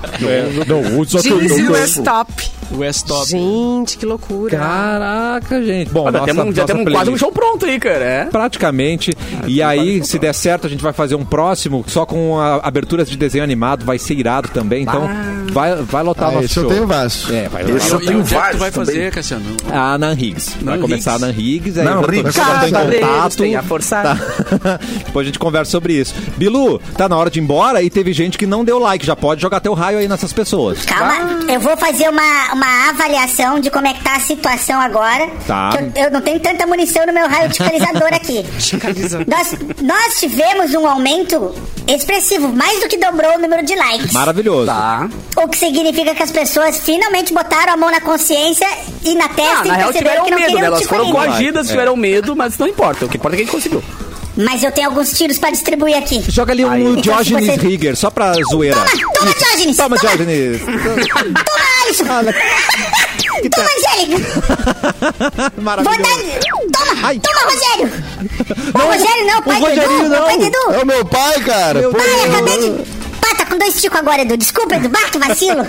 S1: Não, usa
S9: tá
S5: Jeans e West Top.
S6: O S-Top.
S5: Gente, que loucura.
S1: Caraca, gente. Bom,
S2: Ah, já
S1: nossa,
S2: temos, já
S1: nossa
S2: temos
S1: playlist.
S2: quase um show pronto aí, cara. É.
S1: Praticamente. e aí, se der certo, a gente vai fazer um próximo só com a- aberturas de desenho animado. Vai ser irado também. Então, vai, vai lotar
S2: É,
S8: Ah,
S1: nosso
S8: esse
S1: show.
S8: eu tenho vaso.
S1: É, vai lotar.
S7: Esse eu
S6: E
S7: tenho
S6: onde é que tu
S7: vários
S6: vai fazer,
S7: também.
S6: Cassiano?
S1: A Nan Higgs. vai
S6: Nan
S1: começar
S6: Higgs.
S1: a Nan Higgs. aí
S7: Nan
S1: eu tô-
S7: Higgs.
S1: tô em
S2: Cabreiros,
S1: contato.
S2: tem a forçada.
S1: Tá. Depois a gente conversa sobre isso. Bilu, tá na hora de ir embora e teve gente que não deu like. Já pode jogar teu raio aí nessas pessoas.
S4: Calma, eu vou fazer uma, uma avaliação de como é que tá a situação agora.
S1: Tá.
S4: que Eu, eu não tenho tanta munição no meu raio ticalizador aqui. nós, nós tivemos um aumento expressivo, mais do que dobrou o número de likes.
S1: Maravilhoso.
S2: Tá.
S4: O que significa que as pessoas finalmente botaram a mão na consciência e na testa
S2: Ah, na
S4: e
S2: real
S4: perceberam
S2: tiveram
S4: que não
S2: medo, né?
S4: queriam
S2: Elas
S4: tico
S2: foram
S4: ainda.
S2: coagidas,
S1: É.
S2: tiveram medo, mas não importa. O que importa é que a gente conseguiu.
S4: Mas eu tenho alguns tiros pra distribuir aqui.
S1: Joga ali um
S4: Aí. Então,
S1: Diógenes
S4: se você- Tá.
S1: Rigger, só pra zoeira.
S4: Toma, toma, Diógenes!
S1: Tá. Toma,
S4: Toma,
S1: Diógenes. Ah, né?
S4: Toma, Alisson! Toma, Angélica! Vou
S1: tá. Maravilhoso.
S4: dar... Toma!
S1: Ai.
S4: Toma, Rogério! Não, Rogério não,
S1: é
S4: pai
S1: o
S4: do
S1: Rogerinho
S4: Edu!
S1: não.
S4: Pai do Edu!
S8: É o meu pai, cara. Pô,
S4: Pai, acabei de... Pá, tá com dois ticos agora, Edu. Desculpa, Edu. Bah, que vacilo.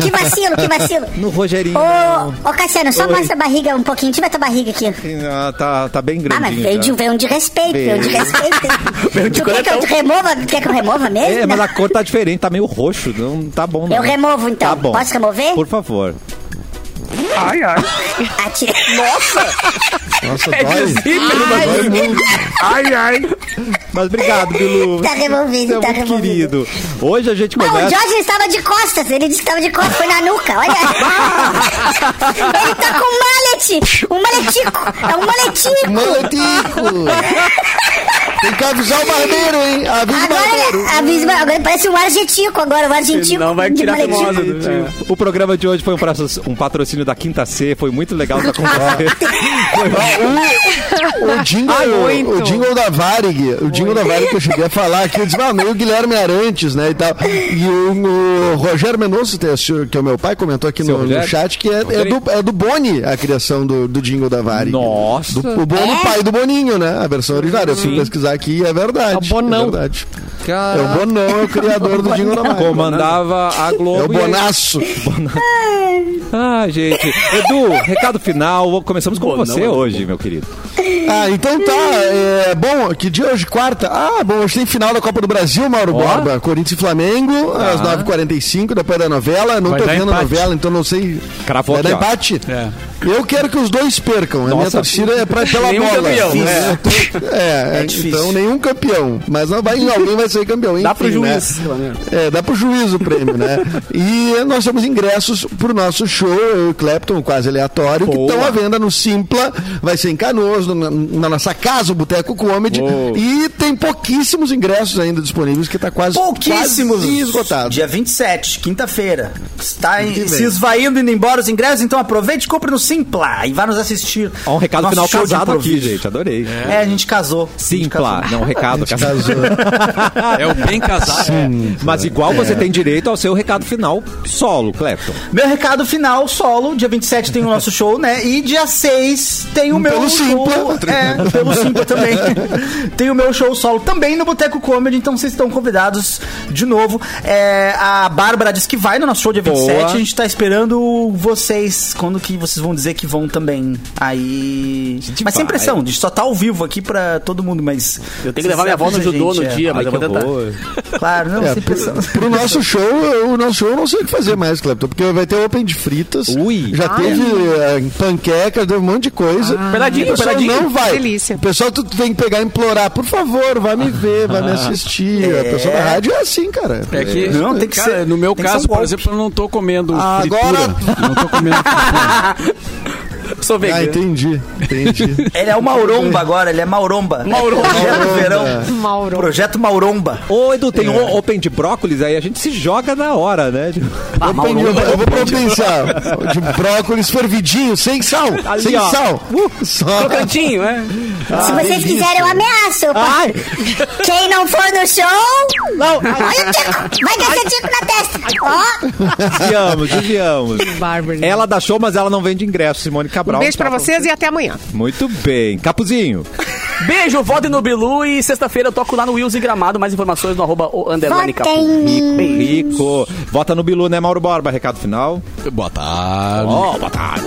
S4: Que vacilo, que vacilo.
S1: No Rogerinho. não.
S4: Ô, ô Cassiano, só mostra a barriga um pouquinho. Deixa eu ver tua barriga aqui.
S1: Ah, tá, tá bem
S4: Ah, mas
S1: grandinho.
S4: veio
S1: já.
S4: de, veio um de respeito, veio um de respeito. tu quer que eu te remova? Quer que eu remova mesmo?
S1: É, mas a cor tá diferente, tá meio roxo, não tá bom não.
S4: Eu removo, então.
S1: Tá bom.
S4: Posso remover? Ah,
S1: Por favor.
S4: Atira.
S8: Nossa,
S2: É
S8: dói. Dói muito.
S7: Ai, ai.
S1: Mas obrigado, Bilu.
S4: Tá
S1: Você
S4: removido,
S1: é
S4: tá
S1: muito
S4: removido.
S1: querido. Hoje a gente
S4: Não, o
S1: começa...
S4: Jorge estava de costas. Ele disse que estava de costas. Foi na nuca, olha. ele tá com um malete. Um maletico. É um maletico.
S8: Maletico. Tem que avisar o barbeiro, hein? Avisa o barbeiro.
S4: Agora, avisa, agora parece um argentico agora, um argentico.
S2: Não vai
S4: de
S2: tirar
S4: maletico.
S2: famosa.
S1: O programa de hoje foi um, praço- um patrocínio da Quinta C, foi muito legal estar com você.
S8: um, O jingle,
S5: Ah, muito.
S8: o jingle da Varig, o jingle da Varig que eu cheguei a falar aqui, eu disse, ah, meu Guilherme Arantes, né, e tal. E o, o Rogério Mendonça, te- senhor- que é o meu pai, comentou aqui
S1: Seu
S8: no, no
S1: Rogério?
S8: chat, que é, é do, é do Boni a criação do, do jingle da Varig.
S1: Nossa.
S8: Do- o Boni, pai do Boninho, né, a versão originária. Eu fui pesquisar aqui e é verdade. É o
S1: Bonão.
S8: verdade. É o Bonão, é o criador do jingle da Varig.
S1: Comandava a Globo.
S8: É o
S1: e aí-
S8: Bonaço.
S1: Ah, gente. Edu, recado final. Começamos com
S2: Bonão,
S1: você
S2: Edu.
S1: hoje, meu querido.
S8: Ah, então tá. É, bom, que dia é hoje? Quarta? Ah, bom, hoje tem final da Copa do Brasil, Mauro Borba. Corinthians e Flamengo, às 9h45, depois da novela. Não
S6: Vai
S8: tô
S6: dar
S8: vendo a
S6: empate.
S8: novela, então não sei.
S1: Cravou
S8: Vai dar
S1: aqui, ó.
S8: empate?
S6: É.
S8: Eu quero que os dois percam. A minha
S1: Nossa.
S8: torcida é pra, pela
S2: Nenhum
S8: bola.
S2: campeão, né?
S8: É, então nenhum campeão. Mas não vai, alguém vai ser campeão.
S2: Dá pro
S8: enfim, né?
S2: juiz. pelo menos.
S8: É, dá pro juiz o prêmio, né? E nós temos ingressos pro nosso show, eu e o Clapton, quase aleatório, que
S1: Boa.
S8: estão à venda no Simpla, vai ser em Canoas, no- na nossa casa, o Boteco Comedy.
S1: Boa.
S8: E tem pouquíssimos ingressos ainda disponíveis, que tá quase,
S9: Pouquíssimos.
S8: quase esgotado.
S9: Dia 27, quinta-feira. Está em-
S8: bem.
S9: se esvaindo, indo embora os ingressos, então aproveite, compre no Simpla e vá nos assistir.
S1: Ó, um recado
S9: Nosso
S1: final
S9: show de
S1: casado aqui,
S9: improviso.
S1: gente. Adorei.
S9: É, a gente casou.
S1: Sim, claro. Não, um recado casado.
S6: É o bem casado.
S1: Mas igual você tem direito ao seu recado final solo, Clepton.
S9: Meu recado final, solo. Dia 27 tem o nosso show, né? E dia 6 tem o meu
S8: Pelo
S9: show.
S8: Simpla.
S9: É, pelo Simpla também. tem o meu show solo também no Boteco Comedy, então vocês estão convidados de novo. É, a Bárbara disse que vai no nosso show dia 27.
S1: Boa.
S9: A gente tá esperando vocês. Quando que vocês vão dizer que vão também? Aí. Mas
S1: vai.
S9: sem pressão, a gente só tá ao vivo aqui pra todo mundo, mas.
S2: Eu tenho que levar minha avó no
S9: Avisa a
S2: judô
S9: gente,
S2: no
S9: é.
S2: dia, mas eu vou tentar.
S9: Claro, não,
S8: É,
S9: sem
S8: pro,
S9: pressão.
S8: pro nosso show, eu- o nosso show eu não sei o que fazer mais, Clepton, porque vai ter Open de fritas.
S1: Ui.
S8: Já teve eh, panqueca, teve um monte de coisa.
S2: Peladinho,
S8: o pessoal
S2: peladinho.
S8: não vai.
S5: Delícia.
S8: O pessoal tu tem que pegar e implorar, por favor, vai me ver, vai me
S1: Ah.
S8: assistir. A pessoa da rádio é assim, cara.
S6: É que,
S9: Não, tem que
S6: cara,
S9: ser-
S6: no meu
S9: tem que ser
S6: caso,
S9: um
S6: por
S9: golpe.
S6: exemplo, eu não tô comendo
S8: Ah,
S6: fritura.
S8: agora-
S6: Não tô comendo
S2: Sou
S8: Ah,
S2: vegano.
S8: entendi, entendi.
S9: Ele é o Mauromba agora, ele é Mauromba.
S2: Mauromba.
S9: Projeto
S8: Mauromba.
S9: Verão.
S5: Mauro. um
S9: Projeto Mauromba.
S1: Ô, Edu, tem um open de brócolis aí, a gente se joga na hora, né?
S2: Ah,
S8: Open
S2: Mauro,
S8: de-
S2: eu-
S8: eu vou providenciar. De brócolis fervidinho, sem sal.
S1: Ali,
S8: sem
S1: ó. Uh,
S8: sal. Só.
S2: Crocantinho, é.
S4: Se vocês quiserem, eu ameaço. Eu
S2: Ah.
S4: posso- Quem não for no show. Olha o tico! Vai descer tico na testa! Ó!
S1: Desviamos, desviamos.
S5: Bárbara.
S1: Ela
S5: Um
S1: dá show, mas ela não vende ingresso, Simone Cabral. Tá
S5: Beijo pra vocês e até amanhã.
S1: Muito bem. Capuzinho.
S2: Beijo, votem no Bilu e sexta-feira eu toco lá no Wills e Gramado. Mais informações no arroba o underline Capu.
S4: Votem em mim.
S1: Rico. Vota no Bilu, né, Mauro Borba? Recado final.
S6: Boa tarde.
S1: Ó, boa tarde.